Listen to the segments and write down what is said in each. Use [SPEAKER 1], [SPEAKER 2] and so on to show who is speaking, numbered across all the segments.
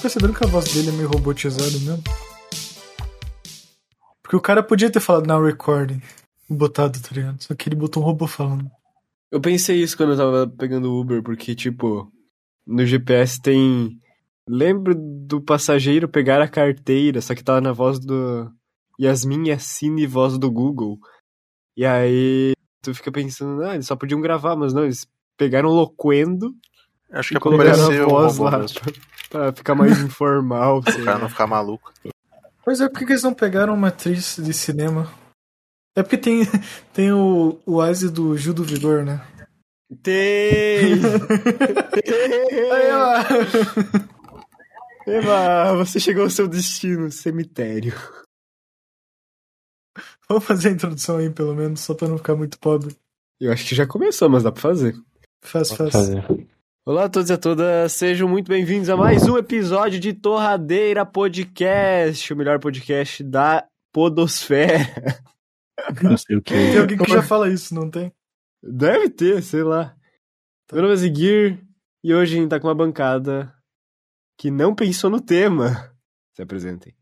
[SPEAKER 1] perceberam que a voz dele é meio robotizada mesmo? Porque o cara podia ter falado now recording, botado, tá ligado? Só que ele botou um robô falando.
[SPEAKER 2] Eu pensei isso quando eu tava pegando o Uber, porque, tipo, no GPS tem. Lembro do passageiro pegar a carteira, só que tava na voz do. Yasmin Yassine, voz do Google. E aí tu fica pensando, ah, eles só podiam gravar, mas não, eles pegaram o loquendo
[SPEAKER 3] Acho que
[SPEAKER 2] e
[SPEAKER 3] é pra
[SPEAKER 2] colocaram
[SPEAKER 3] parecer
[SPEAKER 2] a
[SPEAKER 3] um
[SPEAKER 2] voz
[SPEAKER 3] robô
[SPEAKER 2] lá
[SPEAKER 3] mesmo.
[SPEAKER 2] pra, pra ficar mais informal. assim. sei
[SPEAKER 3] Pra
[SPEAKER 2] lá.
[SPEAKER 3] não ficar maluco.
[SPEAKER 1] Pois é, por que que eles não pegaram uma atriz de cinema? É porque tem, tem o, o Ice do Gil do Vigor, né?
[SPEAKER 2] Tem!
[SPEAKER 1] Aí,
[SPEAKER 2] Tem!
[SPEAKER 1] ó.
[SPEAKER 2] Eba, você chegou ao seu destino, cemitério.
[SPEAKER 1] Vamos fazer a introdução aí, pelo menos, só pra não ficar muito pobre.
[SPEAKER 2] Eu acho que já começou, mas dá pra fazer.
[SPEAKER 1] Faz,
[SPEAKER 2] É,
[SPEAKER 1] faz.
[SPEAKER 4] Fazer.
[SPEAKER 2] Olá a todos e a todas, sejam muito bem-vindos a mais um episódio de Torradeira Podcast, o melhor podcast da Podosfera.
[SPEAKER 4] Não sei o que.
[SPEAKER 1] Tem alguém que já fala isso, não tem?
[SPEAKER 2] Deve ter, sei lá. Meu nome é Ziguir e hoje a gente tá com uma bancada que não pensou no tema. Se apresentem.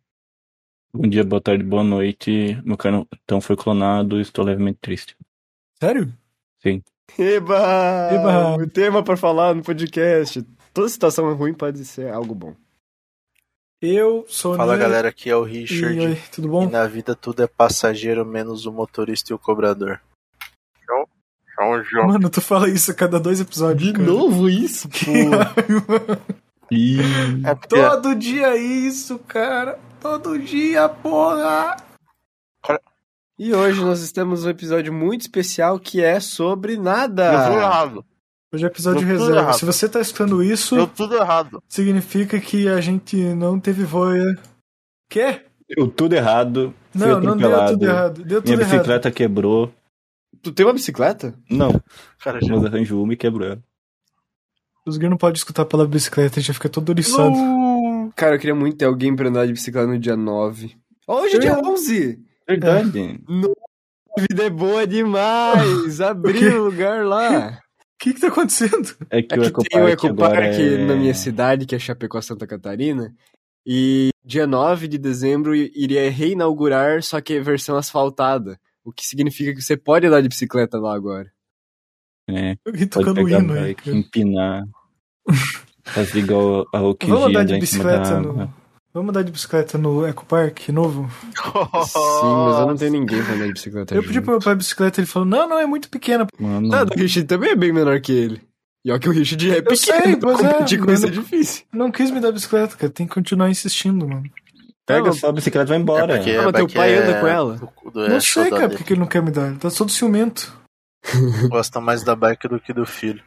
[SPEAKER 4] Bom dia, boa tarde, boa noite. Meu cartão foi clonado e estou levemente triste.
[SPEAKER 1] Sério?
[SPEAKER 2] Eba!
[SPEAKER 1] Eba!
[SPEAKER 2] O tema pra falar no podcast. Toda situação ruim pode ser algo bom.
[SPEAKER 1] Eu sou o
[SPEAKER 3] Fala
[SPEAKER 2] Né?
[SPEAKER 1] Ney,
[SPEAKER 3] galera, aqui é o
[SPEAKER 1] E,
[SPEAKER 3] Richard.
[SPEAKER 1] oi, tudo
[SPEAKER 3] E
[SPEAKER 1] bom?
[SPEAKER 3] na vida tudo é passageiro, menos o motorista e o cobrador.
[SPEAKER 5] É um jogo.
[SPEAKER 1] Mano, tu fala isso a cada dois episódios.
[SPEAKER 2] De
[SPEAKER 1] cara.
[SPEAKER 2] novo isso, pô!
[SPEAKER 4] E
[SPEAKER 3] É porque
[SPEAKER 1] Todo dia isso, cara. Todo dia, porra.
[SPEAKER 2] e hoje nós temos um episódio muito especial que é sobre nada.
[SPEAKER 5] Deu tudo errado.
[SPEAKER 1] Hoje é episódio
[SPEAKER 5] Deu tudo
[SPEAKER 1] reserva.
[SPEAKER 5] errado.
[SPEAKER 1] Se você tá escutando isso,
[SPEAKER 5] Deu tudo errado.
[SPEAKER 1] significa que a gente não teve voia. Quê?
[SPEAKER 4] deu tudo errado. Fui
[SPEAKER 1] Não, não deu
[SPEAKER 4] atropelado.
[SPEAKER 1] tudo errado. Deu
[SPEAKER 4] Minha
[SPEAKER 1] tudo errado.
[SPEAKER 4] bicicleta quebrou.
[SPEAKER 2] Tu tem uma bicicleta?
[SPEAKER 4] Não,
[SPEAKER 5] Cara, já
[SPEAKER 4] mas arranjo uma e quebrou ela.
[SPEAKER 1] Os gringos não podem escutar a palavra bicicleta, ele já fica todo oriçado.
[SPEAKER 2] Cara, eu queria muito ter alguém pra andar de bicicleta no dia 9. Hoje é dia 11!
[SPEAKER 4] Verdade.
[SPEAKER 2] A vida é boa demais! Abri o lugar
[SPEAKER 1] O
[SPEAKER 2] lá!
[SPEAKER 1] que que tá acontecendo?
[SPEAKER 4] É, que o
[SPEAKER 2] Aqui
[SPEAKER 4] Ecopark
[SPEAKER 2] tem o
[SPEAKER 4] agora
[SPEAKER 2] Ecopark
[SPEAKER 4] é...
[SPEAKER 2] na minha cidade, que é Chapecó, Santa Catarina. E dia 9 de dezembro i- iria reinaugurar, só que é versão asfaltada. O que significa que você pode andar de bicicleta lá agora.
[SPEAKER 4] É,
[SPEAKER 1] Alguém
[SPEAKER 4] pode
[SPEAKER 1] tocando
[SPEAKER 4] pegar
[SPEAKER 1] hino aí.
[SPEAKER 4] bike,
[SPEAKER 1] cara.
[SPEAKER 4] empinar. Fazer igual a Roquinha.
[SPEAKER 1] Vamos andar de bicicleta no. Vamos andar de bicicleta no Eco Park novo?
[SPEAKER 2] Oh, Sim, mas
[SPEAKER 3] É
[SPEAKER 2] eu não tenho ninguém pra andar de bicicleta.
[SPEAKER 1] Eu pedi pro meu pai a bicicleta, ele falou: não, não, é muito pequena.
[SPEAKER 4] Mano,
[SPEAKER 2] Nada, o Richard também é bem menor que ele. E olha que o Richard é pequeno,
[SPEAKER 1] sei,
[SPEAKER 2] pra
[SPEAKER 1] pois é,
[SPEAKER 2] competir com
[SPEAKER 1] mas
[SPEAKER 2] isso é
[SPEAKER 1] não-
[SPEAKER 2] difícil.
[SPEAKER 1] Não quis me dar bicicleta, cara. Tem que continuar insistindo, mano. Tá,
[SPEAKER 4] pega
[SPEAKER 2] não.
[SPEAKER 4] só a bicicleta e vai
[SPEAKER 3] É
[SPEAKER 4] embora.
[SPEAKER 3] porque,
[SPEAKER 2] Ah, mas
[SPEAKER 3] é
[SPEAKER 2] teu
[SPEAKER 3] porque
[SPEAKER 2] pai anda
[SPEAKER 3] é-
[SPEAKER 2] com ela?
[SPEAKER 3] o- o- é
[SPEAKER 1] Não sei,
[SPEAKER 3] show da
[SPEAKER 1] cara,
[SPEAKER 3] dele.
[SPEAKER 1] porque ele não quer me dar. Ele tá todo ciumento.
[SPEAKER 3] Gosta mais da bike do que do filho.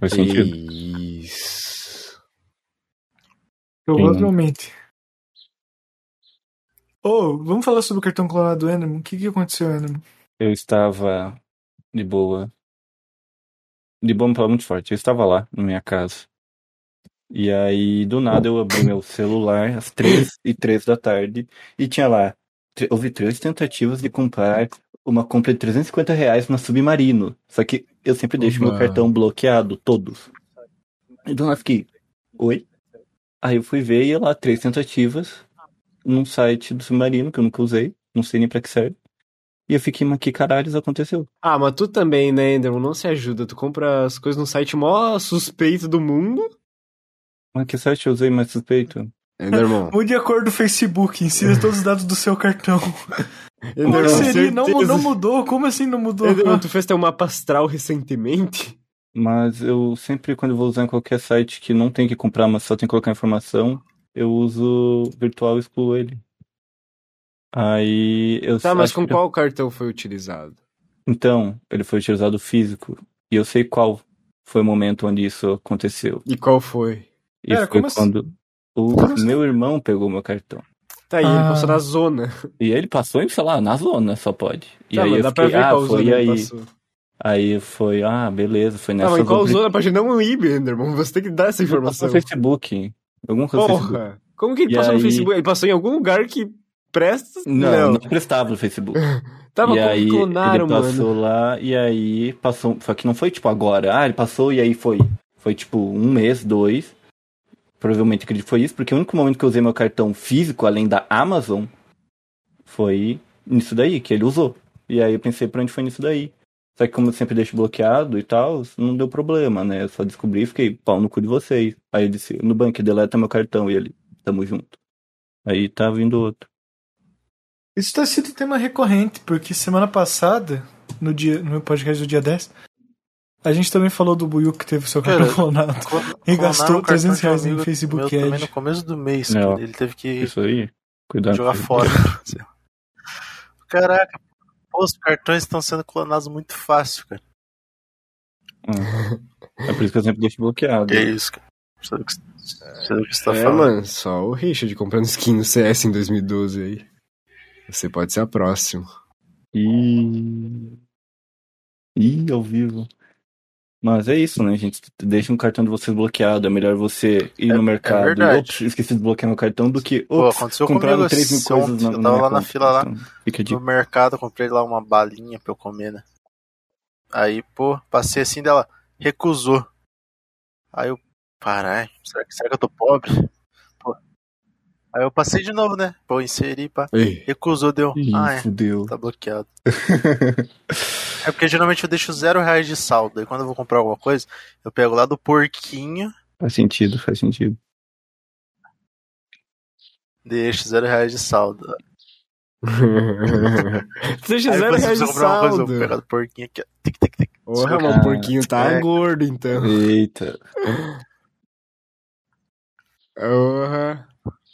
[SPEAKER 4] Faz sentido.
[SPEAKER 2] Isso.
[SPEAKER 1] Eu
[SPEAKER 4] Quem
[SPEAKER 1] gosto
[SPEAKER 4] não?
[SPEAKER 1] realmente. Ô, vamos falar sobre o cartão clonado Enderman. O que que aconteceu, Enderman?
[SPEAKER 4] Eu estava de boa. De boa é uma palavra muito forte. Eu estava lá, na minha casa. E aí, do nada, eu abri meu celular às três e três da tarde e tinha lá. tre- Houve três tentativas de comprar uma compra de 350 reais na Submarino. Só que eu sempre deixo meu
[SPEAKER 2] Oba.
[SPEAKER 4] cartão bloqueado, todos. Então eu fiquei, oi? Aí eu fui ver e ia lá, três tentativas num site do Submarino, que eu nunca usei, não sei nem pra que serve. E eu fiquei, mas que caralhos aconteceu?
[SPEAKER 2] Ah, mas tu também, né, Enderman? Não se ajuda. Tu compra as coisas num site mó suspeito do mundo.
[SPEAKER 4] Mas que site eu usei mais suspeito?
[SPEAKER 2] Enderman.
[SPEAKER 1] Mude a cor do Facebook, insira todos os dados do seu cartão. Como
[SPEAKER 2] Enderman,
[SPEAKER 1] assim? Ele não,
[SPEAKER 2] certeza.
[SPEAKER 1] não mudou? Como assim não mudou?
[SPEAKER 2] Enderman, tu fez teu mapa astral recentemente?
[SPEAKER 4] Mas eu sempre, quando eu vou usar em qualquer site que não tem que comprar, mas só tem que colocar informação, eu uso virtual e excluo ele. Aí eu
[SPEAKER 2] Tá, mas
[SPEAKER 4] acho
[SPEAKER 2] com
[SPEAKER 4] que-
[SPEAKER 2] qual cartão foi utilizado?
[SPEAKER 4] Então, ele foi utilizado físico. E eu sei qual foi o momento onde isso aconteceu.
[SPEAKER 2] E qual foi?
[SPEAKER 4] E
[SPEAKER 1] Cara,
[SPEAKER 4] foi
[SPEAKER 1] como assim?
[SPEAKER 4] quando o
[SPEAKER 1] Como assim?
[SPEAKER 4] meu irmão pegou meu cartão.
[SPEAKER 2] Tá aí,
[SPEAKER 1] Ah.
[SPEAKER 2] ele passou na zona.
[SPEAKER 4] E ele passou, em, sei lá, na zona, só pode. E
[SPEAKER 2] tá,
[SPEAKER 4] aí
[SPEAKER 2] mas
[SPEAKER 4] eu
[SPEAKER 2] dá
[SPEAKER 4] fiquei,
[SPEAKER 2] pra ver
[SPEAKER 4] ah,
[SPEAKER 2] qual
[SPEAKER 4] foi
[SPEAKER 2] zona
[SPEAKER 4] aí.
[SPEAKER 2] ele passou.
[SPEAKER 4] Aí foi, ah, beleza, foi
[SPEAKER 2] Tá,
[SPEAKER 4] nessa
[SPEAKER 2] mas em qual
[SPEAKER 4] zona.
[SPEAKER 2] zona pra gente não ir, Enderman? Você tem que dar essa
[SPEAKER 4] Ele
[SPEAKER 2] informação.
[SPEAKER 4] Passou no Facebook. Alguma coisa assim. no Facebook.
[SPEAKER 2] Porra! Como que ele
[SPEAKER 4] E
[SPEAKER 2] passou
[SPEAKER 4] aí-
[SPEAKER 2] no Facebook? Ele passou em algum lugar que presta?
[SPEAKER 4] Não, não, prestava no Facebook.
[SPEAKER 2] Tava
[SPEAKER 4] e
[SPEAKER 2] como
[SPEAKER 4] aí
[SPEAKER 2] que clonaram,
[SPEAKER 4] ele
[SPEAKER 2] mano.
[SPEAKER 4] passou lá e aí passou. Só que não foi tipo agora. Ah, ele passou e aí foi. Foi tipo um mês, dois. Provavelmente acredito que foi isso, porque o único momento que eu usei meu cartão físico, além da Amazon, foi nisso daí, que ele usou. E aí eu pensei, pra onde foi nisso daí? Só que como eu sempre deixo bloqueado e tal, não deu problema, né? Eu só descobri e fiquei, pau no cu de vocês. Aí eu disse, no banco, deleta meu cartão. E ele, tamo junto. Aí tá vindo outro.
[SPEAKER 1] Isso tá sendo um tema recorrente, porque semana passada, no, dia, no meu podcast do dia 10, a gente também falou do Buiu que teve o seu
[SPEAKER 3] Cara,
[SPEAKER 1] cartão clonado. E gastou 300 reais em Facebook
[SPEAKER 3] meu, também
[SPEAKER 1] Ad.
[SPEAKER 3] no começo do mês.
[SPEAKER 4] Não.
[SPEAKER 3] cara. Ele teve que
[SPEAKER 4] Isso aí, cuidado.
[SPEAKER 3] jogar
[SPEAKER 4] com isso.
[SPEAKER 3] fora. Caraca, pô, os cartões estão sendo clonados muito fácil, cara.
[SPEAKER 4] É por isso que eu sempre deixo bloqueado.
[SPEAKER 3] Que isso, cara. Não sei do que, não sei do que você tá
[SPEAKER 2] é,
[SPEAKER 3] falando.
[SPEAKER 2] mano, só o Richard comprando skin no CS em 2012 aí. Você pode ser a próxima.
[SPEAKER 4] Ih. Ih, ao vivo. Mas é isso, né, gente? Deixa um cartão de vocês bloqueado. É melhor você ir
[SPEAKER 3] É- é
[SPEAKER 4] no mercado
[SPEAKER 3] verdade.
[SPEAKER 4] e ops, esqueci de bloquear meu cartão do que
[SPEAKER 3] Pô,
[SPEAKER 4] ops,
[SPEAKER 3] aconteceu
[SPEAKER 4] compraram
[SPEAKER 3] comigo
[SPEAKER 4] 3 mil
[SPEAKER 3] esse
[SPEAKER 4] coisas
[SPEAKER 3] ontem,
[SPEAKER 4] na,
[SPEAKER 3] eu tava
[SPEAKER 4] na minha
[SPEAKER 3] lá na
[SPEAKER 4] conta.
[SPEAKER 3] fila lá.
[SPEAKER 4] Então, fica de...
[SPEAKER 3] no mercado, eu comprei lá uma balinha pra eu comer, né? Aí, pô, passei assim dela, recusou. Aí eu, caralho, será que, será que eu tô pobre? Pô. Aí eu passei de novo, né? Pô, inseri, pá.
[SPEAKER 2] Ei,
[SPEAKER 3] Recusou, deu.
[SPEAKER 4] Ih,
[SPEAKER 3] Ah, é,
[SPEAKER 4] fudeu.
[SPEAKER 3] tá bloqueado. É porque geralmente eu deixo zero reais de saldo. Aí quando eu vou comprar alguma coisa, eu pego lá do porquinho,
[SPEAKER 4] Faz sentido, faz sentido.
[SPEAKER 3] deixo zero reais de saldo.
[SPEAKER 2] Seja
[SPEAKER 3] Aí
[SPEAKER 2] zero
[SPEAKER 3] depois,
[SPEAKER 2] reais
[SPEAKER 3] se
[SPEAKER 2] de
[SPEAKER 3] eu comprar alguma coisa, eu
[SPEAKER 2] saldo.
[SPEAKER 3] vou pegar do porquinho aqui, ó. Tic, tic, tic.
[SPEAKER 2] Porra, mas
[SPEAKER 4] Caraca.
[SPEAKER 2] o porquinho tá
[SPEAKER 3] É.
[SPEAKER 2] gordo, então.
[SPEAKER 4] Eita.
[SPEAKER 2] Porra.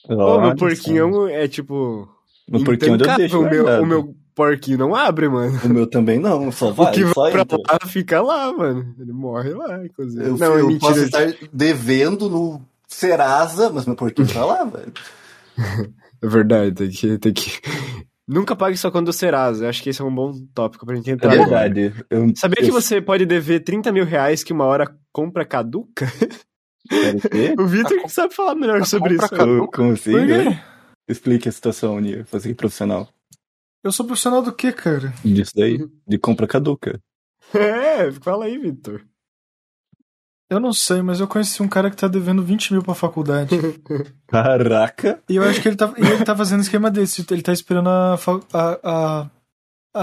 [SPEAKER 2] Ô,
[SPEAKER 4] Olha
[SPEAKER 2] meu
[SPEAKER 4] só.
[SPEAKER 2] porquinho é um- é tipo...
[SPEAKER 4] Meu porquinho eu
[SPEAKER 2] intancável.
[SPEAKER 4] deixo
[SPEAKER 2] o meu,
[SPEAKER 4] guardado. Ah,
[SPEAKER 2] o meu porquinho não abre, mano.
[SPEAKER 4] O meu também não, só vai,
[SPEAKER 2] o que
[SPEAKER 4] só
[SPEAKER 2] vai pra
[SPEAKER 4] entra.
[SPEAKER 2] lá fica lá, mano. Ele morre lá, inclusive.
[SPEAKER 4] Eu,
[SPEAKER 2] não,
[SPEAKER 4] eu
[SPEAKER 2] é mentira.
[SPEAKER 4] posso estar devendo no Serasa, mas meu porquinho tá lá, velho.
[SPEAKER 2] É verdade, tem que, tem que... Nunca pague só quando do Serasa. Eu Acho que esse é um bom tópico pra gente
[SPEAKER 4] É
[SPEAKER 2] entrar. agora.
[SPEAKER 4] verdade. Eu,
[SPEAKER 2] Sabia que você pode dever 30 mil reais que uma hora compra caduca?
[SPEAKER 4] Quero ver?
[SPEAKER 2] O Vitor que sabe falar melhor sobre isso.
[SPEAKER 4] Eu consigo.
[SPEAKER 1] Por quê?
[SPEAKER 4] Explique a situação, Nir. Fazer profissional.
[SPEAKER 1] Eu sou profissional do quê, cara?
[SPEAKER 4] Disso daí? De compra caduca.
[SPEAKER 2] É, fala aí, Vitor.
[SPEAKER 1] Eu não sei, mas eu conheci um cara que tá devendo 20 mil pra faculdade.
[SPEAKER 4] Caraca!
[SPEAKER 1] E eu acho que ele tá, e ele tá fazendo esquema desse. Ele tá esperando a, fa- a, a,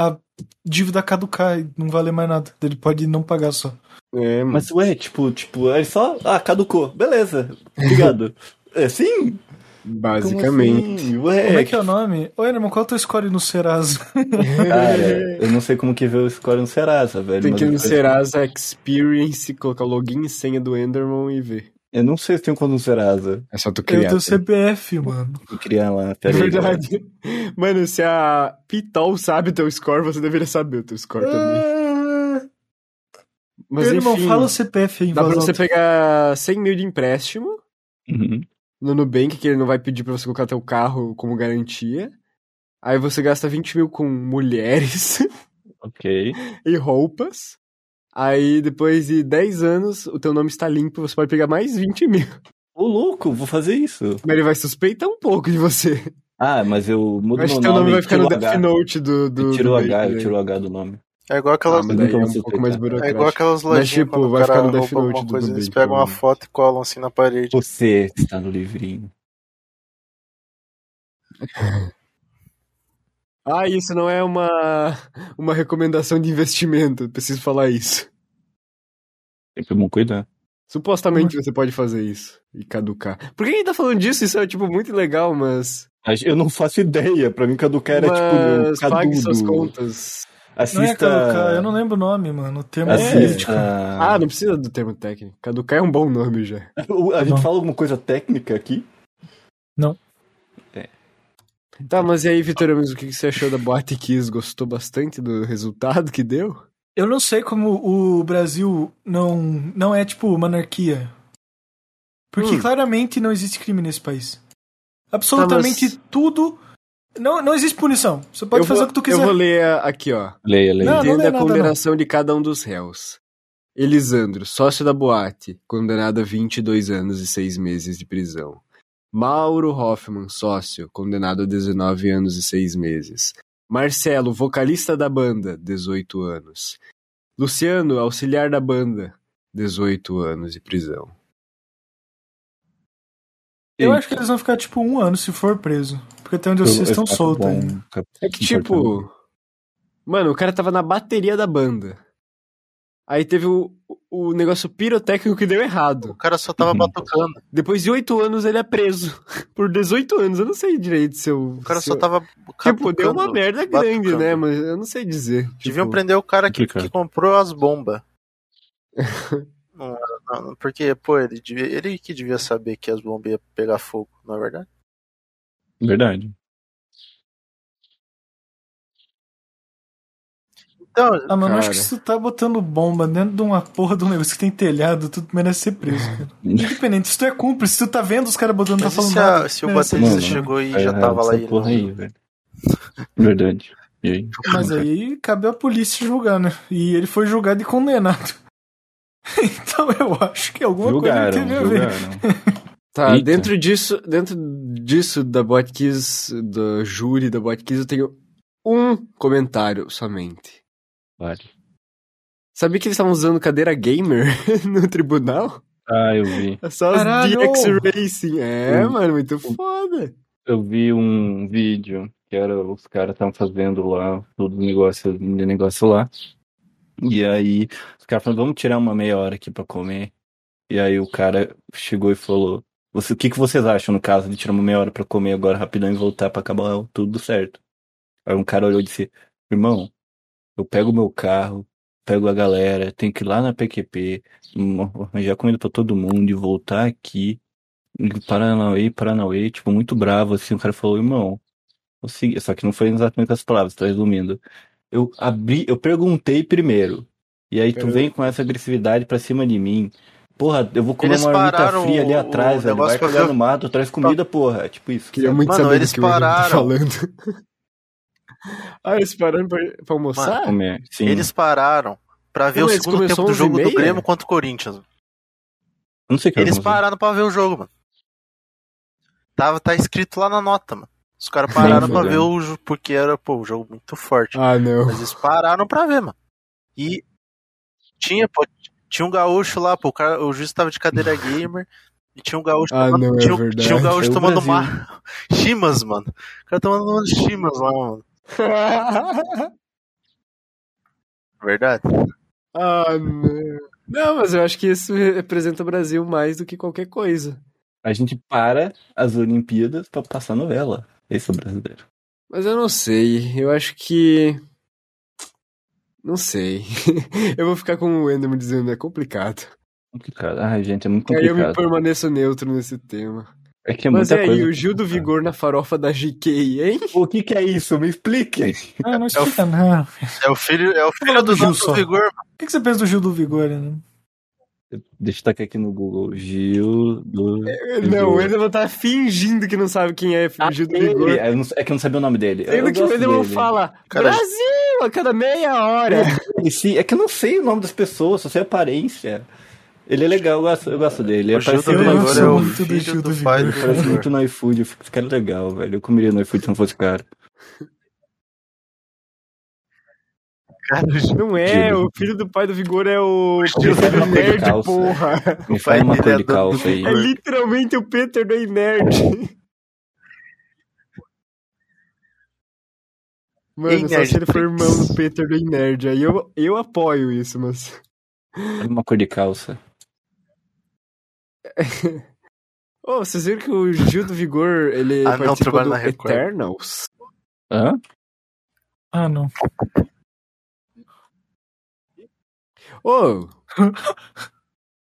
[SPEAKER 1] a dívida caducar e não valer mais nada. Ele pode não pagar só.
[SPEAKER 2] É, mano.
[SPEAKER 4] Mas ué, tipo, tipo, é só. Ah, caducou. Beleza. Obrigado. É sim?
[SPEAKER 2] basicamente.
[SPEAKER 4] Como assim? Ué.
[SPEAKER 1] Como é que é o nome? Ô, Enerman, qual é o teu score no Serasa?
[SPEAKER 4] Cara, é. eu não sei como que vê o score no Serasa, velho.
[SPEAKER 2] Tem
[SPEAKER 4] mas
[SPEAKER 2] que ir no
[SPEAKER 4] eu-
[SPEAKER 2] Serasa Experience, colocar o login e senha do Enderman e ver.
[SPEAKER 4] Eu não sei se tem conta no Serasa.
[SPEAKER 2] É só tu
[SPEAKER 1] É o
[SPEAKER 2] criar.
[SPEAKER 4] tá
[SPEAKER 1] teu CPF, mano.
[SPEAKER 4] Vou criar lá.
[SPEAKER 2] É
[SPEAKER 4] Pera aí, galera.
[SPEAKER 2] verdade. Mano, se a Pitol sabe teu score, você deveria saber o teu score também. Mas
[SPEAKER 1] Enerman,
[SPEAKER 2] enfim,
[SPEAKER 1] Ah, fala o CPF aí em
[SPEAKER 2] dá pra
[SPEAKER 1] voz
[SPEAKER 2] você
[SPEAKER 1] alta.
[SPEAKER 2] pegar 100 mil de empréstimo
[SPEAKER 4] Uhum.
[SPEAKER 2] no Nubank, que ele não vai pedir pra você colocar teu carro como garantia. Aí você gasta 20 mil com mulheres
[SPEAKER 4] Ok.
[SPEAKER 2] e roupas. Aí, depois de 10 anos, o teu nome está limpo, você pode pegar mais 20 mil.
[SPEAKER 4] Ô, louco, vou fazer isso.
[SPEAKER 2] Mas ele vai suspeitar um pouco de você.
[SPEAKER 4] Ah, mas eu mudo
[SPEAKER 2] Acho
[SPEAKER 4] meu
[SPEAKER 2] que teu nome
[SPEAKER 4] e
[SPEAKER 2] vai ficar no
[SPEAKER 4] tiro o H.
[SPEAKER 2] Death Note do. do
[SPEAKER 4] Eu tiro
[SPEAKER 2] do
[SPEAKER 4] o H,
[SPEAKER 2] Baker,
[SPEAKER 4] eu
[SPEAKER 2] né?
[SPEAKER 4] tiro o H do nome.
[SPEAKER 3] É igual
[SPEAKER 2] Ah,
[SPEAKER 3] aquelas
[SPEAKER 2] mas daí é
[SPEAKER 4] Nunca vou
[SPEAKER 2] um pouco mais
[SPEAKER 4] suspeitar.
[SPEAKER 2] burocrático.
[SPEAKER 3] É igual
[SPEAKER 2] Mas,
[SPEAKER 3] aquelas lojinhas
[SPEAKER 2] tipo,
[SPEAKER 3] quando
[SPEAKER 2] vai
[SPEAKER 3] o cara
[SPEAKER 2] ficar no Death
[SPEAKER 3] rouba alguma
[SPEAKER 2] Note do
[SPEAKER 3] coisa,
[SPEAKER 2] Nubank,
[SPEAKER 3] eles pegam uma
[SPEAKER 2] provavelmente.
[SPEAKER 3] foto e colam assim na parede.
[SPEAKER 4] Você está no livrinho.
[SPEAKER 2] Ah, isso não é uma, uma recomendação de investimento, preciso falar isso.
[SPEAKER 4] Sempre bom cuidar.
[SPEAKER 2] Supostamente você pode fazer isso e caducar. Por que a gente tá falando disso? Isso é, tipo, muito legal, mas.
[SPEAKER 4] Mas Eu não faço ideia. Pra mim, caducar era
[SPEAKER 2] mas
[SPEAKER 4] tipo.
[SPEAKER 2] pague
[SPEAKER 4] Cadudo.
[SPEAKER 2] suas contas.
[SPEAKER 1] Não é
[SPEAKER 4] Assista.
[SPEAKER 1] caducar, eu não lembro o nome, mano. O termo é
[SPEAKER 4] Assista.
[SPEAKER 1] político.
[SPEAKER 2] Ah, não precisa do termo técnico. Caducar é um bom nome já.
[SPEAKER 4] Ah, A gente
[SPEAKER 1] Não.
[SPEAKER 4] fala alguma coisa técnica aqui? É.
[SPEAKER 2] Tá, mas e aí, Vitor, Amos, o que que você achou da Boate Kiss? Gostou bastante do resultado que deu?
[SPEAKER 1] Eu não sei como o Brasil não, não é, tipo, monarquia. Porque
[SPEAKER 2] Hum.
[SPEAKER 1] claramente não existe crime nesse país. Absolutamente tudo. Não, não existe punição. Você pode
[SPEAKER 2] Tá, Eu
[SPEAKER 1] fazer
[SPEAKER 2] vou-
[SPEAKER 1] o que tu
[SPEAKER 2] Eu
[SPEAKER 1] quiser.
[SPEAKER 2] vou ler a- aqui, ó.
[SPEAKER 4] Leia, leia.
[SPEAKER 1] Não,
[SPEAKER 2] Entenda
[SPEAKER 1] lê
[SPEAKER 2] a
[SPEAKER 1] nada,
[SPEAKER 2] condenação de cada um dos réus. Elisandro, sócio da boate, condenado a 22 anos e 6 meses de prisão. Mauro Hoffman, sócio, condenado a 19 anos e 6 meses. Marcelo, vocalista da banda, 18 anos. Luciano, auxiliar da banda, 18 anos de prisão.
[SPEAKER 1] Eu
[SPEAKER 4] Eita.
[SPEAKER 1] acho que eles vão ficar tipo um ano se for preso. Porque até onde eu sei, eles estão
[SPEAKER 4] Tá
[SPEAKER 1] soltos
[SPEAKER 4] bom,
[SPEAKER 1] ainda.
[SPEAKER 4] tá
[SPEAKER 2] É que,
[SPEAKER 4] importando.
[SPEAKER 2] tipo. Mano, o cara tava na bateria da banda. Aí teve o, o negócio pirotécnico que deu errado.
[SPEAKER 3] O cara só tava
[SPEAKER 4] Uhum.
[SPEAKER 3] batucando.
[SPEAKER 2] Depois de 8 anos ele é preso. Por 18 anos, eu não sei direito se eu.
[SPEAKER 3] O cara
[SPEAKER 2] se
[SPEAKER 3] só tá
[SPEAKER 2] eu-
[SPEAKER 3] tava.
[SPEAKER 2] Tipo, deu uma
[SPEAKER 3] catucando.
[SPEAKER 2] merda grande,
[SPEAKER 3] batucando.
[SPEAKER 2] né? Mas eu não sei dizer.
[SPEAKER 3] Deviam
[SPEAKER 2] tipo,
[SPEAKER 3] prender o cara que,
[SPEAKER 4] complicado.
[SPEAKER 3] que comprou as bombas. Não, não, não, porque, pô, ele, devia- ele que devia saber que as bombas iam pegar fogo, não é verdade?
[SPEAKER 4] Verdade.
[SPEAKER 3] Então,
[SPEAKER 1] Ah, mano, eu acho
[SPEAKER 2] Cara.
[SPEAKER 1] que se tu tá botando bomba dentro de uma porra de um negócio que tem telhado, tu merece ser preso, cara. Independente, se tu é cúmplice, se tu tá vendo os caras botando, não tá
[SPEAKER 3] mas e
[SPEAKER 1] falando
[SPEAKER 3] se,
[SPEAKER 1] nada. né?
[SPEAKER 3] a, se o
[SPEAKER 1] merece
[SPEAKER 3] baterista
[SPEAKER 1] ser
[SPEAKER 4] Mano,
[SPEAKER 1] preso.
[SPEAKER 3] chegou e
[SPEAKER 4] Tá
[SPEAKER 3] já
[SPEAKER 4] errado
[SPEAKER 3] tava lá né?
[SPEAKER 4] essa
[SPEAKER 3] e ele
[SPEAKER 4] porra
[SPEAKER 3] não-
[SPEAKER 4] aí, velho. Verdade. E aí?
[SPEAKER 1] Mas aí cabe a polícia julgar, né? E ele foi julgado e condenado. Então eu acho que alguma coisa
[SPEAKER 4] Julgaram,
[SPEAKER 1] teve a ver.
[SPEAKER 4] julgaram.
[SPEAKER 2] Tá,
[SPEAKER 4] Eita.
[SPEAKER 2] dentro disso, dentro disso da Botkiss, do júri da Botkiss, eu tenho um comentário somente.
[SPEAKER 4] Vale.
[SPEAKER 2] Sabia que eles estavam usando cadeira gamer no tribunal? É
[SPEAKER 4] Ah, eu vi.
[SPEAKER 2] Só as
[SPEAKER 1] Caralho!
[SPEAKER 2] DX Racing. É,
[SPEAKER 4] Hum.
[SPEAKER 2] mano, muito foda.
[SPEAKER 4] Eu vi um vídeo que era os caras estavam fazendo lá todo o negócio, de negócio lá. E aí os caras falaram, vamos tirar uma meia hora aqui pra comer. E aí o cara chegou e falou, "Você- o que, que vocês acham no caso de tirar uma meia hora pra comer agora rapidão e voltar pra acabar tudo certo? Aí um cara olhou e disse, irmão, eu pego meu carro, pego a galera, tenho que ir lá na PQP, hum, arranjar comida pra todo mundo e voltar aqui. Paranauê, Paranauê, tipo, muito bravo, assim, o cara falou, irmão, eu segui- só que não foi exatamente as palavras, tá resumindo. Eu abri, eu perguntei primeiro, e aí tu
[SPEAKER 2] Caramba.
[SPEAKER 4] vem com essa agressividade pra cima de mim. Porra, eu vou comer
[SPEAKER 3] Eles
[SPEAKER 4] uma marmita
[SPEAKER 3] pararam
[SPEAKER 4] fria ali
[SPEAKER 3] o-
[SPEAKER 4] atrás,
[SPEAKER 3] o
[SPEAKER 4] velho, vai
[SPEAKER 3] negócio pra
[SPEAKER 4] cagar
[SPEAKER 3] ver-
[SPEAKER 4] no mato, traz comida, porra, é tipo isso.
[SPEAKER 2] Queria
[SPEAKER 4] sabe?
[SPEAKER 2] muito
[SPEAKER 3] Mano,
[SPEAKER 2] saber
[SPEAKER 3] eles
[SPEAKER 2] do que o William tá
[SPEAKER 3] pararam.
[SPEAKER 2] falando. ah, eles pararam pra, pra almoçar?
[SPEAKER 4] Comer, sim.
[SPEAKER 3] Eles pararam pra ver
[SPEAKER 2] Não,
[SPEAKER 3] o
[SPEAKER 2] eles
[SPEAKER 3] segundo
[SPEAKER 2] começou
[SPEAKER 3] tempo do jogo
[SPEAKER 2] 11h30?
[SPEAKER 3] do Grêmio contra o Corinthians.
[SPEAKER 4] não sei o que
[SPEAKER 3] Eles
[SPEAKER 4] aconteceu.
[SPEAKER 3] pararam pra ver o jogo, mano. Tava, tá escrito lá na nota, mano. Os caras pararam
[SPEAKER 4] Nem
[SPEAKER 3] pra ver
[SPEAKER 4] fudendo.
[SPEAKER 3] o jogo, porque era, pô, um jogo muito forte.
[SPEAKER 2] ah, não.
[SPEAKER 3] Mas eles pararam pra ver, mano. E tinha, pô, tinha um gaúcho lá, pô, o, cara, o juiz tava de cadeira gamer. E tinha um gaúcho
[SPEAKER 2] Ah,
[SPEAKER 3] tomando,
[SPEAKER 2] não, é
[SPEAKER 3] tinha, um-
[SPEAKER 2] verdade.
[SPEAKER 3] tinha um
[SPEAKER 4] É
[SPEAKER 3] gaúcho
[SPEAKER 4] o
[SPEAKER 3] tomando
[SPEAKER 4] Brasil.
[SPEAKER 3] uma chimas, mano. O cara tomando uma chimas lá, mano. Verdade.
[SPEAKER 2] ah, não. Não, mas eu acho que isso representa o Brasil mais do que qualquer coisa.
[SPEAKER 4] A gente para as Olimpíadas pra passar novela. Esse é o brasileiro.
[SPEAKER 2] Mas eu não sei. Eu acho que. Não sei. eu vou ficar com o Ender me dizendo, é complicado.
[SPEAKER 4] Complicado. Ai, gente, é muito
[SPEAKER 2] Aí eu me
[SPEAKER 4] complicado.
[SPEAKER 2] permaneço neutro nesse tema.
[SPEAKER 4] É que é
[SPEAKER 2] Mas e
[SPEAKER 4] muita
[SPEAKER 2] aí,
[SPEAKER 4] coisa.
[SPEAKER 2] o Gil do Vigor na farofa da GK, hein?
[SPEAKER 4] O que que é isso? Me expliquem.
[SPEAKER 1] Ah, não explica, não. O
[SPEAKER 3] É o filho, é o filho
[SPEAKER 1] do
[SPEAKER 3] do
[SPEAKER 1] Gil
[SPEAKER 3] Gilson
[SPEAKER 1] só.
[SPEAKER 3] Vigor, mano.
[SPEAKER 1] que que você pensa do Gil do Vigor, né?
[SPEAKER 4] Deixa eu tacar aqui no Google. Gil do.
[SPEAKER 2] Não, É, o
[SPEAKER 4] Vigor.
[SPEAKER 2] Enderman tá fingindo que não sabe quem é o Gil do
[SPEAKER 4] Ele,
[SPEAKER 2] Vigor.
[SPEAKER 4] é, eu não- é que eu não sabia o nome dele. Eu-
[SPEAKER 2] Sendo
[SPEAKER 4] eu
[SPEAKER 2] que o
[SPEAKER 4] gosto
[SPEAKER 2] Enderman
[SPEAKER 4] dele.
[SPEAKER 2] fala
[SPEAKER 3] Cara,
[SPEAKER 2] Brasil a cada meia hora.
[SPEAKER 4] Ele sim- é que eu não sei o nome das pessoas, só sei a aparência. Ele é legal, eu gosto, eu gosto dele. Ele
[SPEAKER 3] O Gil do
[SPEAKER 4] apareceu
[SPEAKER 1] Eu
[SPEAKER 4] no
[SPEAKER 1] não
[SPEAKER 3] Vigor
[SPEAKER 1] sou
[SPEAKER 3] é o
[SPEAKER 4] iFood.
[SPEAKER 1] muito do Gil
[SPEAKER 3] filho
[SPEAKER 1] do
[SPEAKER 3] do pai do
[SPEAKER 1] Vigor.
[SPEAKER 4] Parece
[SPEAKER 3] Vigor.
[SPEAKER 4] muito no iFood. Eu fico, esse cara é legal, velho. Eu comeria no iFood se não fosse caro.
[SPEAKER 3] Cara, o Gil-
[SPEAKER 2] Não é,
[SPEAKER 4] Gil.
[SPEAKER 2] o filho do pai do Vigor é o
[SPEAKER 4] O
[SPEAKER 2] Peter
[SPEAKER 4] Gil é
[SPEAKER 2] do
[SPEAKER 4] uma cor de
[SPEAKER 2] Nerd,
[SPEAKER 4] calça.
[SPEAKER 2] porra.
[SPEAKER 4] Me
[SPEAKER 3] O pai
[SPEAKER 4] fala uma
[SPEAKER 3] dele
[SPEAKER 4] cor
[SPEAKER 3] é dono
[SPEAKER 4] de
[SPEAKER 3] do
[SPEAKER 4] calça aí.
[SPEAKER 2] É literalmente o Peter do Nerd. Mano, só se ele for irmão do Peter do Nerd. Aí eu, eu apoio isso, mas.
[SPEAKER 4] Uma cor de calça.
[SPEAKER 2] Ô, vocês viram que o Gil do Vigor, ele
[SPEAKER 3] Ah, não,
[SPEAKER 2] participou
[SPEAKER 3] trabalho
[SPEAKER 2] do
[SPEAKER 3] na Record.
[SPEAKER 2] Eternals?
[SPEAKER 4] Hã?
[SPEAKER 1] Ah, não.
[SPEAKER 2] Ô,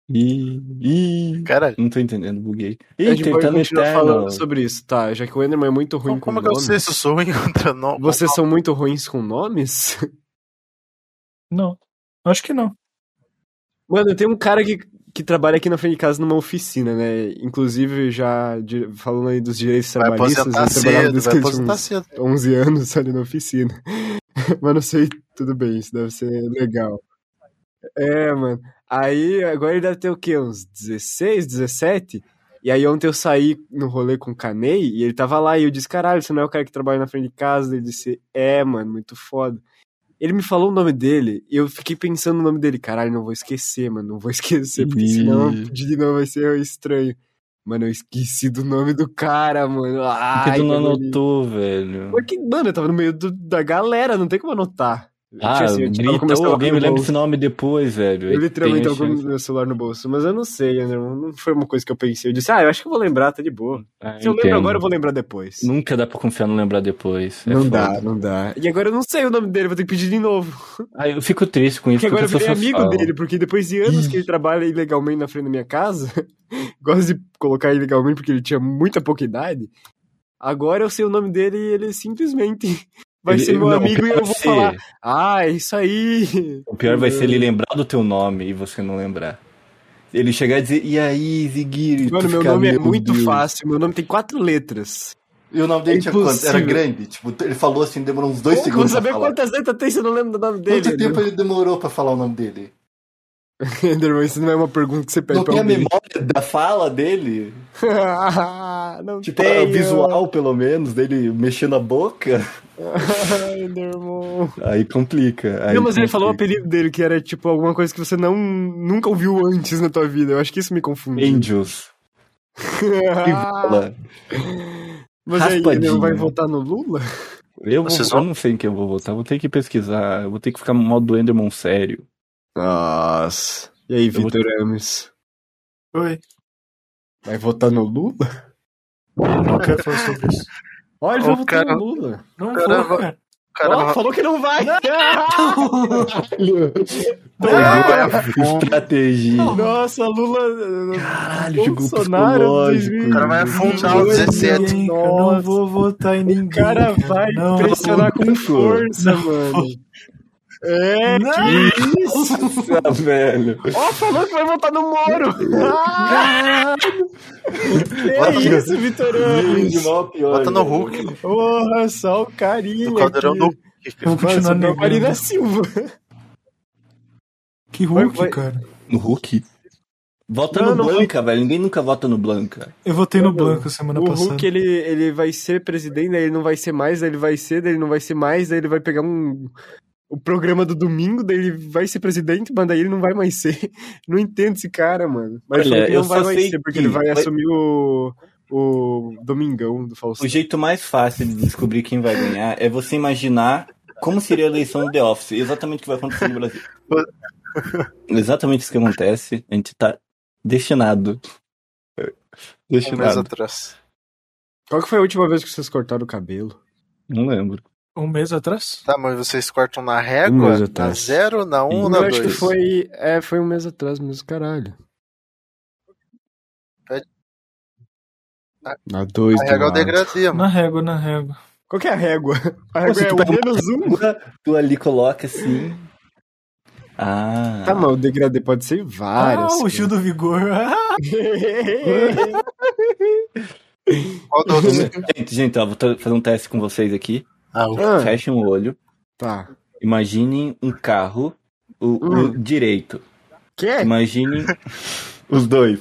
[SPEAKER 4] Ih, ih.
[SPEAKER 3] Cara,
[SPEAKER 4] Não tô entendendo, buguei.
[SPEAKER 2] a gente
[SPEAKER 4] Eita, ele
[SPEAKER 2] pode
[SPEAKER 4] tá no
[SPEAKER 2] continuar
[SPEAKER 4] Eternal.
[SPEAKER 2] falando sobre isso, tá? Já que o Enderman é muito ruim
[SPEAKER 3] como,
[SPEAKER 2] com
[SPEAKER 3] como é que eu
[SPEAKER 2] nomes.
[SPEAKER 3] sei se eu sou ruim contra nós?
[SPEAKER 2] Vocês são muito ruins com nomes?
[SPEAKER 1] Não. Acho que não.
[SPEAKER 2] Mano, tem um cara que, que trabalha aqui na frente de casa numa oficina, né? Inclusive, já de- falando aí dos direitos
[SPEAKER 3] Vai
[SPEAKER 2] trabalhistas,
[SPEAKER 3] aposentar
[SPEAKER 2] ele trabalhava
[SPEAKER 3] cedo,
[SPEAKER 2] desde
[SPEAKER 3] vai
[SPEAKER 2] que ele
[SPEAKER 3] aposentar
[SPEAKER 2] tinha
[SPEAKER 3] cedo.
[SPEAKER 2] uns 11 anos ali na oficina. Mas não sei, tudo bem, isso deve ser legal. É, mano. Aí, agora ele deve ter o quê? Uns 16, 17? E aí ontem eu saí no rolê com o Canei e ele tava lá e eu disse, caralho, você não é o cara que trabalha na frente de casa? Ele disse, é, mano, muito foda. Ele me falou o nome dele e eu fiquei pensando no nome dele. Caralho, não vou esquecer, mano. Não vou esquecer, porque
[SPEAKER 4] Ih.
[SPEAKER 2] senão de novo vai ser estranho. Mano, eu esqueci do nome do cara, mano.
[SPEAKER 4] Por
[SPEAKER 2] Ai,
[SPEAKER 4] que tu não
[SPEAKER 2] que agonia.
[SPEAKER 4] anotou, velho?
[SPEAKER 2] Porque, mano, eu tava no meio do- da galera, não tem como anotar. Eu
[SPEAKER 4] Ah,
[SPEAKER 2] tinha, assim, eu tava com meu
[SPEAKER 4] grita,
[SPEAKER 2] celular
[SPEAKER 4] ou alguém
[SPEAKER 2] no
[SPEAKER 4] me lembra
[SPEAKER 2] bolso.
[SPEAKER 4] esse nome depois, velho.
[SPEAKER 2] Eu literalmente
[SPEAKER 4] Tem
[SPEAKER 2] tava com
[SPEAKER 4] chance.
[SPEAKER 2] meu celular no bolso, mas eu não sei, André, não foi uma coisa que eu pensei. Eu disse, ah, eu acho que eu vou lembrar, tá de boa.
[SPEAKER 4] Ah,
[SPEAKER 2] Se eu lembro
[SPEAKER 4] entendo.
[SPEAKER 2] agora, eu vou lembrar depois.
[SPEAKER 4] Nunca dá pra confiar no lembrar depois. é
[SPEAKER 2] não
[SPEAKER 4] foda.
[SPEAKER 2] dá, não dá. E agora eu não sei o nome dele, vou ter que pedir de novo.
[SPEAKER 4] Ah, eu fico triste com isso.
[SPEAKER 2] Porque agora eu
[SPEAKER 4] porque
[SPEAKER 2] virei
[SPEAKER 4] as pessoas
[SPEAKER 2] amigo
[SPEAKER 4] falam.
[SPEAKER 2] dele, porque depois de anos que ele trabalha ilegalmente na frente da minha casa, gosto de colocar ilegalmente porque ele tinha muita pouca idade, agora eu sei o nome dele e ele simplesmente vai
[SPEAKER 4] Ele-
[SPEAKER 2] ser meu
[SPEAKER 4] não, o
[SPEAKER 2] amigo e
[SPEAKER 4] pior
[SPEAKER 2] eu
[SPEAKER 4] vai
[SPEAKER 2] vou
[SPEAKER 4] ser-
[SPEAKER 2] falar, Uhum. ah, é isso aí.
[SPEAKER 4] O pior vai ser ele lembrar do teu nome e você não lembrar. Ele chegar e dizer, e aí, Ziguiri?
[SPEAKER 2] Mano,
[SPEAKER 4] Tu
[SPEAKER 2] meu
[SPEAKER 4] ficar,
[SPEAKER 2] nome é
[SPEAKER 4] "Meu
[SPEAKER 2] muito
[SPEAKER 4] Deus."
[SPEAKER 2] fácil, meu nome tem quatro letras.
[SPEAKER 6] E o nome dele tinha quanto? Era
[SPEAKER 2] Impossível.
[SPEAKER 6] grande? Tipo, ele falou assim, demorou uns dois
[SPEAKER 2] Como que eu vou
[SPEAKER 6] segundos pra
[SPEAKER 2] saber
[SPEAKER 6] falar.
[SPEAKER 2] quantas letras tem se eu não lembro do nome dele. né?
[SPEAKER 6] Quanto tempo
[SPEAKER 2] Enderman?
[SPEAKER 6] ele demorou pra falar o nome dele?
[SPEAKER 2] Enderman, isso não é uma pergunta que você pede
[SPEAKER 6] não
[SPEAKER 2] pra
[SPEAKER 6] tem a
[SPEAKER 2] alguém.
[SPEAKER 6] memória da fala dele?
[SPEAKER 2] não
[SPEAKER 6] Tipo,
[SPEAKER 2] tenho.
[SPEAKER 6] o visual, pelo menos, dele mexendo a boca?
[SPEAKER 2] Ai, Enderman.
[SPEAKER 4] Aí complica. aí
[SPEAKER 2] não, mas ele falou o
[SPEAKER 4] complica.
[SPEAKER 2] apelido dele, que era tipo alguma coisa que você não nunca ouviu antes na tua vida. Eu acho que isso me confunde.
[SPEAKER 4] Angels.
[SPEAKER 2] Ah.
[SPEAKER 4] Fala.
[SPEAKER 2] mas aí, Enderman
[SPEAKER 4] Raspadinha.
[SPEAKER 2] vai votar no Lula?
[SPEAKER 4] Eu, vou,
[SPEAKER 3] Vocês
[SPEAKER 4] eu não sei em que eu vou votar, vou ter que pesquisar, eu vou ter que ficar no modo Enderman sério.
[SPEAKER 2] Nossa. E aí,
[SPEAKER 4] vou-
[SPEAKER 2] Vitor Ames?
[SPEAKER 1] Oi.
[SPEAKER 2] Vai votar no Lula?
[SPEAKER 1] Não quero falar sobre isso.
[SPEAKER 2] Olha, ele
[SPEAKER 3] Ô,
[SPEAKER 2] vai votar
[SPEAKER 3] cara.
[SPEAKER 2] no Lula.
[SPEAKER 1] Não
[SPEAKER 3] Cara,
[SPEAKER 1] vou, cara.
[SPEAKER 3] Caramba,
[SPEAKER 2] Ó, falou que não vai.
[SPEAKER 4] Estratégia.
[SPEAKER 2] Nossa, Lula. eh,
[SPEAKER 4] Caralho, jogou
[SPEAKER 2] Bolsonaro
[SPEAKER 4] psicológico.
[SPEAKER 2] 2020.
[SPEAKER 3] o cara vai afundar o
[SPEAKER 1] Não vou
[SPEAKER 3] 17.
[SPEAKER 1] ninguém, cara.
[SPEAKER 2] Nossa.
[SPEAKER 1] Não vou votar em ninguém.
[SPEAKER 2] O cara vai
[SPEAKER 1] Não.
[SPEAKER 2] pressionar com
[SPEAKER 4] Não.
[SPEAKER 2] um. força, mano. É,
[SPEAKER 1] Não.
[SPEAKER 2] que isso?
[SPEAKER 4] Nossa, velho.
[SPEAKER 2] Ó, falou que vai votar no Moro.
[SPEAKER 6] Bota-
[SPEAKER 2] Que isso, Vitor Ames.
[SPEAKER 3] Bota no Hulk.
[SPEAKER 2] Porra, só o carinho
[SPEAKER 3] No caldeirão
[SPEAKER 2] aqui.
[SPEAKER 3] do Hulk.
[SPEAKER 1] Vou
[SPEAKER 2] Mano,
[SPEAKER 1] continuar
[SPEAKER 2] só tem o Marina
[SPEAKER 1] negando.
[SPEAKER 2] Silva.
[SPEAKER 1] Que Hulk,
[SPEAKER 2] Vai- vai-
[SPEAKER 1] cara.
[SPEAKER 4] No Hulk? Vota
[SPEAKER 2] Não,
[SPEAKER 4] no
[SPEAKER 2] não
[SPEAKER 4] Blanca, velho. Ninguém nunca vota no Blanca.
[SPEAKER 1] Eu votei no
[SPEAKER 2] Mano,
[SPEAKER 1] Blanco semana
[SPEAKER 2] O
[SPEAKER 1] passada.
[SPEAKER 2] Hulk, ele, ele vai ser presidente, daí ele não vai ser mais, daí ele vai ser, daí ele não vai ser mais, daí ele vai pegar um... O programa do domingo, daí ele vai ser presidente, mas daí ele não vai mais ser. Não entendo esse cara, mano. Mas ele
[SPEAKER 4] Olha,
[SPEAKER 2] falou que
[SPEAKER 4] eu
[SPEAKER 2] não vai
[SPEAKER 4] só
[SPEAKER 2] mais
[SPEAKER 4] sei
[SPEAKER 2] ser, porque
[SPEAKER 4] que
[SPEAKER 2] ele vai
[SPEAKER 4] vai-
[SPEAKER 2] assumir o, o Domingão do Faustão.
[SPEAKER 4] O jeito mais fácil de descobrir quem vai ganhar é você imaginar como seria a eleição do The Office. Exatamente o que vai acontecer no Brasil. Exatamente isso que acontece. A gente tá destinado.
[SPEAKER 3] Um mês
[SPEAKER 4] Destinado.
[SPEAKER 3] atrás.
[SPEAKER 2] Qual que foi a última vez que vocês cortaram o cabelo?
[SPEAKER 4] Não lembro.
[SPEAKER 1] Um mês atrás?
[SPEAKER 3] Tá, mas vocês cortam na
[SPEAKER 2] Um
[SPEAKER 3] régua?
[SPEAKER 2] mês
[SPEAKER 3] na
[SPEAKER 2] atrás.
[SPEAKER 3] zero, na um, ou
[SPEAKER 4] Eu
[SPEAKER 3] na
[SPEAKER 2] eu acho que
[SPEAKER 3] dois?
[SPEAKER 2] foi... É, foi um mês atrás mesmo, caralho.
[SPEAKER 3] É-
[SPEAKER 2] Na dois
[SPEAKER 3] Na
[SPEAKER 2] do
[SPEAKER 3] régua é eu
[SPEAKER 2] lado.
[SPEAKER 3] degradei, mano.
[SPEAKER 1] Na régua, na régua.
[SPEAKER 2] Qual que é a régua? A régua
[SPEAKER 4] Nossa,
[SPEAKER 2] é
[SPEAKER 4] tu
[SPEAKER 2] o
[SPEAKER 4] pega
[SPEAKER 2] menos um?
[SPEAKER 4] Tu ali coloca assim. Ah.
[SPEAKER 2] Tá, mas o degradê pode ser
[SPEAKER 1] Ah,
[SPEAKER 2] várias.
[SPEAKER 1] o Gil do Vigor. Ah,
[SPEAKER 2] coisas.
[SPEAKER 3] Qual do
[SPEAKER 4] Gente, gente, ó, vou t- fazer um teste com vocês aqui.
[SPEAKER 2] ah,
[SPEAKER 4] Fechem o olho.
[SPEAKER 2] tá.
[SPEAKER 4] Imaginem um carro, o, o direito.
[SPEAKER 2] Quê?
[SPEAKER 4] Imaginem os dois.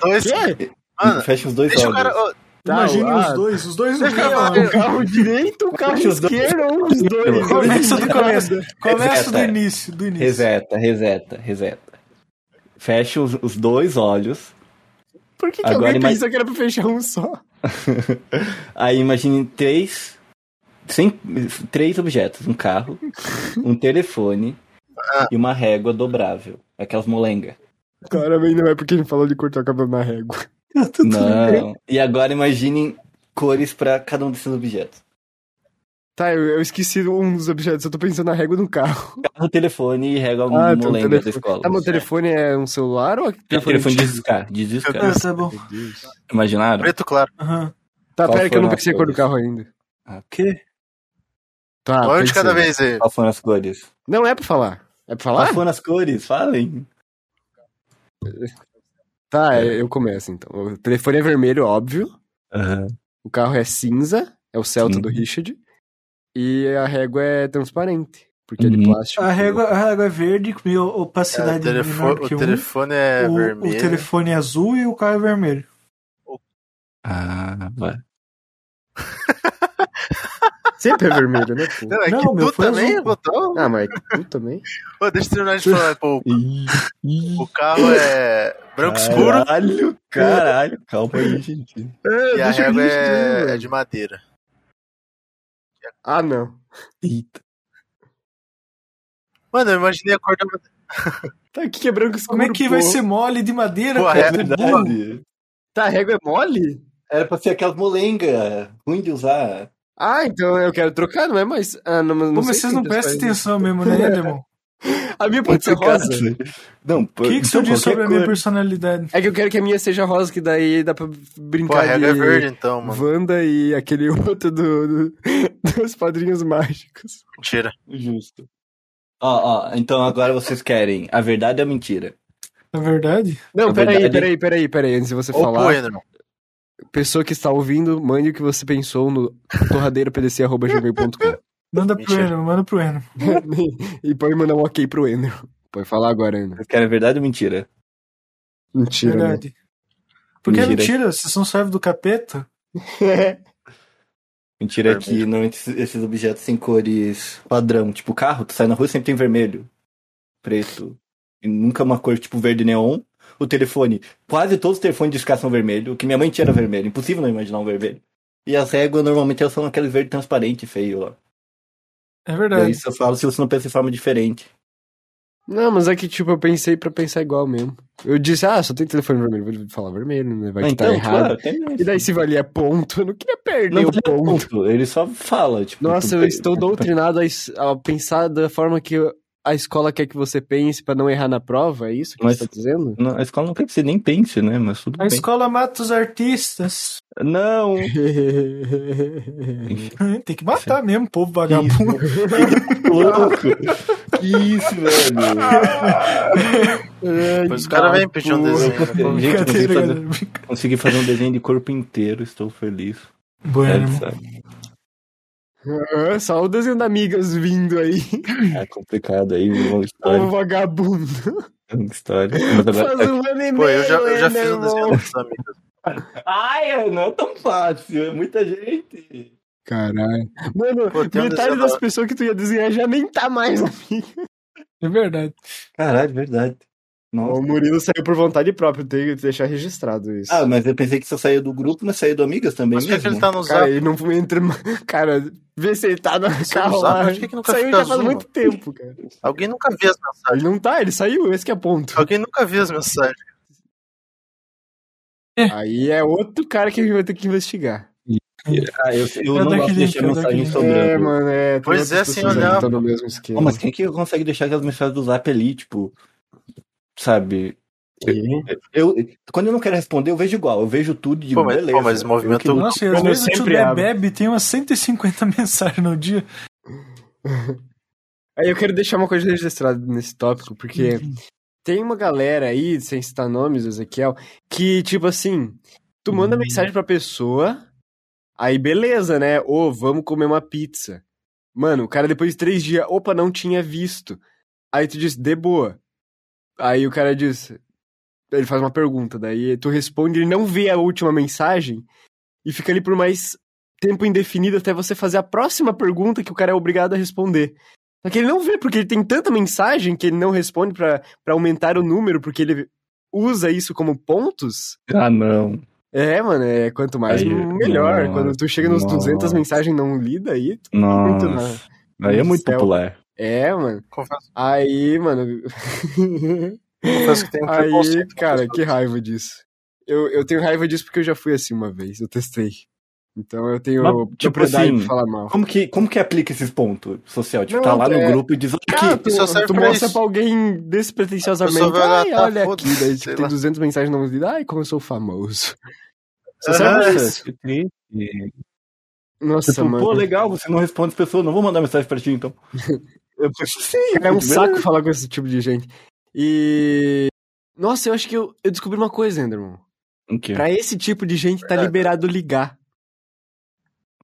[SPEAKER 3] dois?
[SPEAKER 2] Quê?
[SPEAKER 3] Mano,
[SPEAKER 4] Fecha os dois
[SPEAKER 3] deixa o
[SPEAKER 4] olhos.
[SPEAKER 3] cara... ô,
[SPEAKER 2] Tá,
[SPEAKER 1] Imagine
[SPEAKER 2] ah,
[SPEAKER 1] os dois, os dois no
[SPEAKER 3] Deixa eu
[SPEAKER 1] meio.
[SPEAKER 3] falar.
[SPEAKER 2] Um carro direito, um carro
[SPEAKER 4] Os dois.
[SPEAKER 2] esquerdo, um dos dois.
[SPEAKER 1] Começa do começo. Começa do
[SPEAKER 4] Reseta.
[SPEAKER 1] início, do início.
[SPEAKER 4] Reseta, reseta, reseta. Fecha os, os dois olhos.
[SPEAKER 2] Por que, que
[SPEAKER 4] Agora
[SPEAKER 2] alguém
[SPEAKER 4] ima-
[SPEAKER 2] pensou que era pra fechar um só?
[SPEAKER 4] Aí imagine três. Sem, três objetos: um carro, um telefone
[SPEAKER 2] Ah.
[SPEAKER 4] e uma régua dobrável. Aquelas molengas.
[SPEAKER 2] Claramente não é porque ele falou de cortar o cabelo na régua.
[SPEAKER 4] Não. E agora imaginem cores pra cada um desses objetos:
[SPEAKER 2] Tá, eu, eu esqueci um dos objetos, eu tô pensando na régua do carro.
[SPEAKER 4] carro, telefone e régua
[SPEAKER 2] Ah, tem um
[SPEAKER 4] molenga da
[SPEAKER 2] telefone.
[SPEAKER 4] escola.
[SPEAKER 2] Tá, meu telefone é um celular ou é
[SPEAKER 4] É telefone de
[SPEAKER 2] de-
[SPEAKER 4] discar, de
[SPEAKER 1] Ah,
[SPEAKER 4] discar.
[SPEAKER 1] tá bom.
[SPEAKER 2] Meu Deus.
[SPEAKER 4] Imaginaram?
[SPEAKER 3] preto claro.
[SPEAKER 1] Aham.
[SPEAKER 2] Tá,
[SPEAKER 4] Qual
[SPEAKER 2] pera que eu não
[SPEAKER 4] foram as
[SPEAKER 2] pensei a cor do
[SPEAKER 4] cores?
[SPEAKER 2] carro ainda.
[SPEAKER 4] Ah, quê?
[SPEAKER 2] Tá,
[SPEAKER 3] Um de
[SPEAKER 2] pensei.
[SPEAKER 3] cada vez aí.
[SPEAKER 4] Qual foram as cores?
[SPEAKER 2] Não é pra falar. É pra falar?
[SPEAKER 4] Qual foram as cores? Falem.
[SPEAKER 2] Tá, é, eu começo então. O telefone é vermelho, óbvio. O carro é cinza, é o Celta
[SPEAKER 4] Sim.
[SPEAKER 2] do Richard. E a régua é transparente, porque é de
[SPEAKER 4] Uhum.
[SPEAKER 2] plástico.
[SPEAKER 1] A régua, a régua é verde, com
[SPEAKER 3] É, o
[SPEAKER 1] opacidade menor
[SPEAKER 3] telefone,
[SPEAKER 1] que
[SPEAKER 3] o
[SPEAKER 1] um.
[SPEAKER 3] telefone é
[SPEAKER 1] O- o,
[SPEAKER 3] vermelho.
[SPEAKER 1] telefone é azul e o carro é vermelho.
[SPEAKER 4] Ah, vai.
[SPEAKER 2] Sempre é vermelho, né, pô?
[SPEAKER 3] Não, é
[SPEAKER 1] Não,
[SPEAKER 3] que
[SPEAKER 1] meu,
[SPEAKER 3] tu
[SPEAKER 1] foi
[SPEAKER 3] também
[SPEAKER 1] azul.
[SPEAKER 3] botou?
[SPEAKER 2] Ah, mas tu também?
[SPEAKER 3] Ô, deixa eu terminar de falar. Pô,
[SPEAKER 4] Ih, ih,
[SPEAKER 3] o carro é
[SPEAKER 4] Ah,
[SPEAKER 3] branco escuro
[SPEAKER 4] Caralho, caralho. Calma aí, gente.
[SPEAKER 2] É,
[SPEAKER 3] e a
[SPEAKER 2] deixa eu
[SPEAKER 3] régua
[SPEAKER 2] ver isso daí,
[SPEAKER 1] né,
[SPEAKER 3] é, é
[SPEAKER 2] velho.
[SPEAKER 3] de madeira.
[SPEAKER 2] Ah, não.
[SPEAKER 4] Eita.
[SPEAKER 3] Mano, eu imaginei a cor da madeira.
[SPEAKER 2] Tá aqui que é branco escuro,
[SPEAKER 1] Como é que
[SPEAKER 2] pô.
[SPEAKER 1] vai ser mole de madeira?
[SPEAKER 4] Ah, é
[SPEAKER 3] Pô, a
[SPEAKER 1] cara?
[SPEAKER 3] régua
[SPEAKER 6] Verdade.
[SPEAKER 2] Tá, a régua é mole?
[SPEAKER 6] Era pra ser aquelas molenga, ruim de usar.
[SPEAKER 2] Ah, então eu quero trocar, não é mais... Ah, não, mas não
[SPEAKER 1] Pô,
[SPEAKER 2] sei
[SPEAKER 1] mas vocês
[SPEAKER 2] se
[SPEAKER 1] não
[SPEAKER 2] tem
[SPEAKER 1] prestam
[SPEAKER 2] transparência.
[SPEAKER 1] atenção mesmo, né, Demon?
[SPEAKER 2] A minha pode ser rosa.
[SPEAKER 4] Não, então,
[SPEAKER 1] O que, que isso diz sobre a minha personalidade?
[SPEAKER 2] É que eu quero que a minha seja rosa, que daí dá pra
[SPEAKER 3] Pô, a
[SPEAKER 2] brincar
[SPEAKER 3] régua é
[SPEAKER 2] de...
[SPEAKER 3] verde então, mano.
[SPEAKER 2] Wanda e aquele outro do, do- dos padrinhos mágicos.
[SPEAKER 3] Mentira.
[SPEAKER 4] é Justo. Ó, ó, então agora vocês querem a verdade ou a mentira?
[SPEAKER 1] Na verdade?
[SPEAKER 2] Não,
[SPEAKER 4] É
[SPEAKER 2] peraí,
[SPEAKER 4] verdade.
[SPEAKER 2] peraí, peraí, peraí. Antes de você
[SPEAKER 3] Ou
[SPEAKER 2] falar,
[SPEAKER 3] pô, é- Enderman.
[SPEAKER 2] pessoa que está ouvindo, mande o que você pensou no torradeirapdc.gmail.com
[SPEAKER 1] Manda pro
[SPEAKER 3] Mentira.
[SPEAKER 1] Eno, manda pro Eno.
[SPEAKER 2] E pode mandar um ok pro Ender. Pode falar agora, Ender.
[SPEAKER 4] Vocês querem a verdade ou mentira?
[SPEAKER 2] Mentira, né?
[SPEAKER 1] Verdade. Porque é
[SPEAKER 4] Mentira.
[SPEAKER 1] mentira, vocês são servos do capeta.
[SPEAKER 4] Mentira é que não esses, esses objetos sem cores padrão, tipo carro, tu sai na rua sempre tem vermelho, preto, e nunca uma cor tipo verde neon. O telefone, quase todos os telefones de escada são vermelho, o que minha mãe tinha era vermelho, impossível não imaginar um vermelho. E as réguas normalmente elas são aquele verde transparente, feio lá.
[SPEAKER 1] É
[SPEAKER 4] E aí
[SPEAKER 1] verdade.
[SPEAKER 4] eu falo se você não pensa em forma diferente.
[SPEAKER 2] Não, mas é que, tipo, eu pensei pra pensar igual mesmo. Eu disse, ah, só tem telefone vermelho. Vou falar vermelho, né? Vai
[SPEAKER 4] Ah,
[SPEAKER 2] que tá errado.
[SPEAKER 4] claro, tem isso.
[SPEAKER 2] E daí, se valia ponto, eu não queria perder
[SPEAKER 4] não
[SPEAKER 2] o
[SPEAKER 4] vale
[SPEAKER 2] ponto.
[SPEAKER 4] ponto, ele só fala, tipo,
[SPEAKER 2] Nossa,
[SPEAKER 4] tu-
[SPEAKER 2] eu estou doutrinado a, es- a pensar da forma que a escola quer que você pense pra não errar na prova, é isso que
[SPEAKER 4] Mas-
[SPEAKER 2] você tá dizendo?
[SPEAKER 4] Não, a escola não quer que você nem pense, né? Mas tudo
[SPEAKER 1] A
[SPEAKER 4] bem.
[SPEAKER 1] escola mata os artistas.
[SPEAKER 4] Não!
[SPEAKER 1] Tem que matar mesmo, povo vagabundo.
[SPEAKER 4] Louco!
[SPEAKER 6] Que isso, velho.
[SPEAKER 3] Pois os
[SPEAKER 2] Então,
[SPEAKER 3] caras vêm pedir um
[SPEAKER 2] tipo,
[SPEAKER 3] desenho. né?
[SPEAKER 4] Gente, eu consegui
[SPEAKER 1] Brincadeira,
[SPEAKER 4] fazer,
[SPEAKER 1] galera.
[SPEAKER 4] consegui fazer um desenho de corpo inteiro, estou feliz.
[SPEAKER 1] Bueno.
[SPEAKER 4] É, sabe?
[SPEAKER 2] Ah, Só o desenho da amigas vindo aí.
[SPEAKER 4] É complicado aí, uma
[SPEAKER 2] Ô
[SPEAKER 4] história.
[SPEAKER 2] vagabundo.
[SPEAKER 4] Uma história. Mas
[SPEAKER 2] Faz
[SPEAKER 4] agora...
[SPEAKER 2] um ano e meio.
[SPEAKER 3] Pô, eu já, eu já fiz um
[SPEAKER 2] Enderman.
[SPEAKER 3] desenho dos amigos.
[SPEAKER 4] Ai, não é tão fácil, é muita gente.
[SPEAKER 2] Caralho. Mano,
[SPEAKER 3] Pô, tem um
[SPEAKER 2] metade
[SPEAKER 3] desenho
[SPEAKER 2] das
[SPEAKER 3] da-
[SPEAKER 2] pessoas que tu ia desenhar já nem tá mais.
[SPEAKER 1] É verdade.
[SPEAKER 4] Caralho, verdade.
[SPEAKER 2] O
[SPEAKER 4] Nossa.
[SPEAKER 2] Murilo saiu por vontade própria, tem que deixar registrado isso.
[SPEAKER 4] Ah, mas eu pensei que você saiu do grupo, mas saiu do Amigas também
[SPEAKER 3] Mas por que que
[SPEAKER 4] mesmo.
[SPEAKER 3] ele
[SPEAKER 4] né?
[SPEAKER 3] tá no
[SPEAKER 2] né? Cara,
[SPEAKER 3] zap?
[SPEAKER 2] ele não entra. Cara, vê se ele tá no
[SPEAKER 3] Você
[SPEAKER 2] carro
[SPEAKER 3] não sabe?
[SPEAKER 2] lá.
[SPEAKER 3] Por que que nunca
[SPEAKER 2] saiu
[SPEAKER 3] fica
[SPEAKER 2] já faz
[SPEAKER 3] azul,
[SPEAKER 2] muito tempo, cara.
[SPEAKER 3] Alguém nunca viu as mensagens.
[SPEAKER 2] Ele não tá, ele saiu, esse que é ponto.
[SPEAKER 3] Alguém nunca viu as mensagens.
[SPEAKER 2] Aí é outro cara que a gente vai ter que investigar.
[SPEAKER 4] Ah, eu, eu
[SPEAKER 1] Eu
[SPEAKER 4] não
[SPEAKER 1] dou
[SPEAKER 4] gosto de
[SPEAKER 1] aquele
[SPEAKER 4] deixar
[SPEAKER 1] link, eu dou aquele
[SPEAKER 4] mensagem
[SPEAKER 2] É,
[SPEAKER 4] sobrando.
[SPEAKER 2] mano, é. tem
[SPEAKER 3] Pois
[SPEAKER 2] outras
[SPEAKER 3] é, sem
[SPEAKER 2] pessoas
[SPEAKER 3] olhar.
[SPEAKER 2] que Tá no mesmo esquema.
[SPEAKER 4] Ó, mas quem é que consegue deixar aquelas mensagens do Zap ali, tipo... Sabe? Eu, quando eu não quero responder, eu vejo igual. Eu vejo tudo e digo,
[SPEAKER 3] Pô, mas,
[SPEAKER 4] beleza.
[SPEAKER 3] pô, mas movimento.
[SPEAKER 4] Eu que-
[SPEAKER 1] Nossa, e às
[SPEAKER 2] Então, Como eu
[SPEAKER 1] vezes o
[SPEAKER 2] sempre
[SPEAKER 1] Tudé
[SPEAKER 2] abro.
[SPEAKER 1] bebe tem umas 150 mensagens no dia.
[SPEAKER 2] Aí eu quero deixar uma coisa registrada nesse tópico,
[SPEAKER 3] Hum.
[SPEAKER 2] porque tem uma galera aí, sem citar nomes, Ezequiel, que, tipo assim, tu manda mensagem pra pessoa, aí beleza, né? Ô, vamos comer uma pizza. Mano, o cara depois de três dias, opa, não tinha visto. Aí tu diz, de boa. Aí o cara diz, ele faz uma pergunta, daí tu responde, ele não vê a última mensagem e fica ali por mais tempo indefinido até você fazer a próxima pergunta que o cara é obrigado a responder. Só que ele não vê, porque ele tem tanta mensagem que ele não responde pra pra aumentar o número, porque ele usa isso como pontos.
[SPEAKER 4] Ah, não.
[SPEAKER 2] É, mano, é quanto mais,
[SPEAKER 4] Aí,
[SPEAKER 2] melhor.
[SPEAKER 4] nossa,
[SPEAKER 2] Quando tu chega nos 200
[SPEAKER 4] nossa.
[SPEAKER 2] mensagens não lidas aí, tu...
[SPEAKER 4] Nossa.
[SPEAKER 2] Muito
[SPEAKER 4] Aí é
[SPEAKER 2] Meu
[SPEAKER 4] muito
[SPEAKER 2] céu.
[SPEAKER 4] popular.
[SPEAKER 2] é, mano.
[SPEAKER 3] Confesso,
[SPEAKER 2] Aí, mano...
[SPEAKER 3] confesso que tem um
[SPEAKER 2] aí,
[SPEAKER 3] preconceito. com
[SPEAKER 2] cara,
[SPEAKER 3] pessoas.
[SPEAKER 2] que raiva disso. Eu, eu tenho raiva disso porque eu já fui assim uma vez, eu testei. Então eu tenho
[SPEAKER 4] Mas, tipo
[SPEAKER 2] propriedade
[SPEAKER 4] assim,
[SPEAKER 2] pra falar mal.
[SPEAKER 4] Como que, como que aplica esses pontos social? Tipo,
[SPEAKER 2] Não,
[SPEAKER 4] tá lá no
[SPEAKER 2] é-
[SPEAKER 4] grupo e diz
[SPEAKER 2] Ah,
[SPEAKER 4] aqui.
[SPEAKER 2] tu,
[SPEAKER 3] só serve
[SPEAKER 2] tu
[SPEAKER 3] pra
[SPEAKER 2] mostra
[SPEAKER 3] isso.
[SPEAKER 2] pra alguém
[SPEAKER 3] A
[SPEAKER 2] despretensiosamente.
[SPEAKER 3] pessoa vai
[SPEAKER 2] Ai,
[SPEAKER 3] lá, tá,
[SPEAKER 2] olha aqui.
[SPEAKER 3] foda-se,
[SPEAKER 2] Daí tipo,
[SPEAKER 3] sei
[SPEAKER 2] tem
[SPEAKER 3] lá."
[SPEAKER 2] 200 mensagens não lidas. Ai, como eu sou famoso. Só
[SPEAKER 3] Aham.
[SPEAKER 2] serve pra
[SPEAKER 4] Nossa,
[SPEAKER 2] isso.
[SPEAKER 4] que triste.
[SPEAKER 2] Nossa,
[SPEAKER 4] Tipo,
[SPEAKER 2] mano.
[SPEAKER 4] pô, legal, você não responde as pessoas, não vou mandar mensagem pra ti então. Eu penso, sim,
[SPEAKER 2] é um
[SPEAKER 4] muito
[SPEAKER 2] saco
[SPEAKER 4] beleza.
[SPEAKER 2] falar com esse tipo de gente. E. Nossa, eu acho que eu, eu descobri uma coisa, Enderman.
[SPEAKER 4] O quê?
[SPEAKER 2] Pra esse tipo de gente tá
[SPEAKER 4] É.
[SPEAKER 3] Verdade.
[SPEAKER 2] liberado ligar.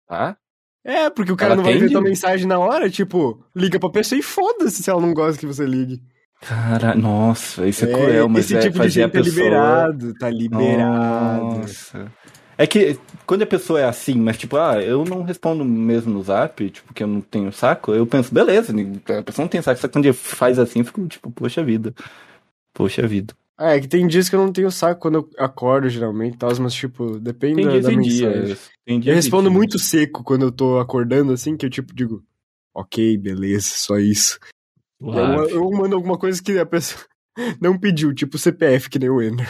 [SPEAKER 4] Tá?
[SPEAKER 2] É, porque o cara
[SPEAKER 4] Ela
[SPEAKER 2] não vai ver
[SPEAKER 4] atende?
[SPEAKER 2] tua mensagem na hora, tipo, liga pra pessoa e foda-se se ela não gosta que você ligue.
[SPEAKER 4] Cara, nossa, isso é, cruel, mas
[SPEAKER 2] esse
[SPEAKER 4] é
[SPEAKER 2] tipo de
[SPEAKER 4] fazer a
[SPEAKER 2] gente tá
[SPEAKER 4] pessoa.
[SPEAKER 2] liberado, tá liberado.
[SPEAKER 4] Nossa. É que quando a pessoa é assim, mas tipo, ah, eu não respondo mesmo no zap, tipo, que eu não tenho saco, eu penso, beleza, a pessoa não tem saco, só que quando faz assim, eu fico tipo, poxa vida. Poxa vida.
[SPEAKER 2] Ah, é que tem dias que eu não tenho saco quando eu acordo, geralmente, tal, mas, tipo, depende
[SPEAKER 4] Tem
[SPEAKER 2] da,
[SPEAKER 4] dias
[SPEAKER 2] da
[SPEAKER 4] em
[SPEAKER 2] mensagem.
[SPEAKER 4] dias. Tem tipo, dias
[SPEAKER 2] Eu
[SPEAKER 4] em
[SPEAKER 2] respondo
[SPEAKER 4] dias.
[SPEAKER 2] muito seco quando eu tô acordando, assim, que eu, tipo, digo, ok, beleza, só isso. E aí Eu,
[SPEAKER 4] Suave.
[SPEAKER 2] eu mando alguma coisa que a pessoa não pediu, tipo CPF, que nem o Ender.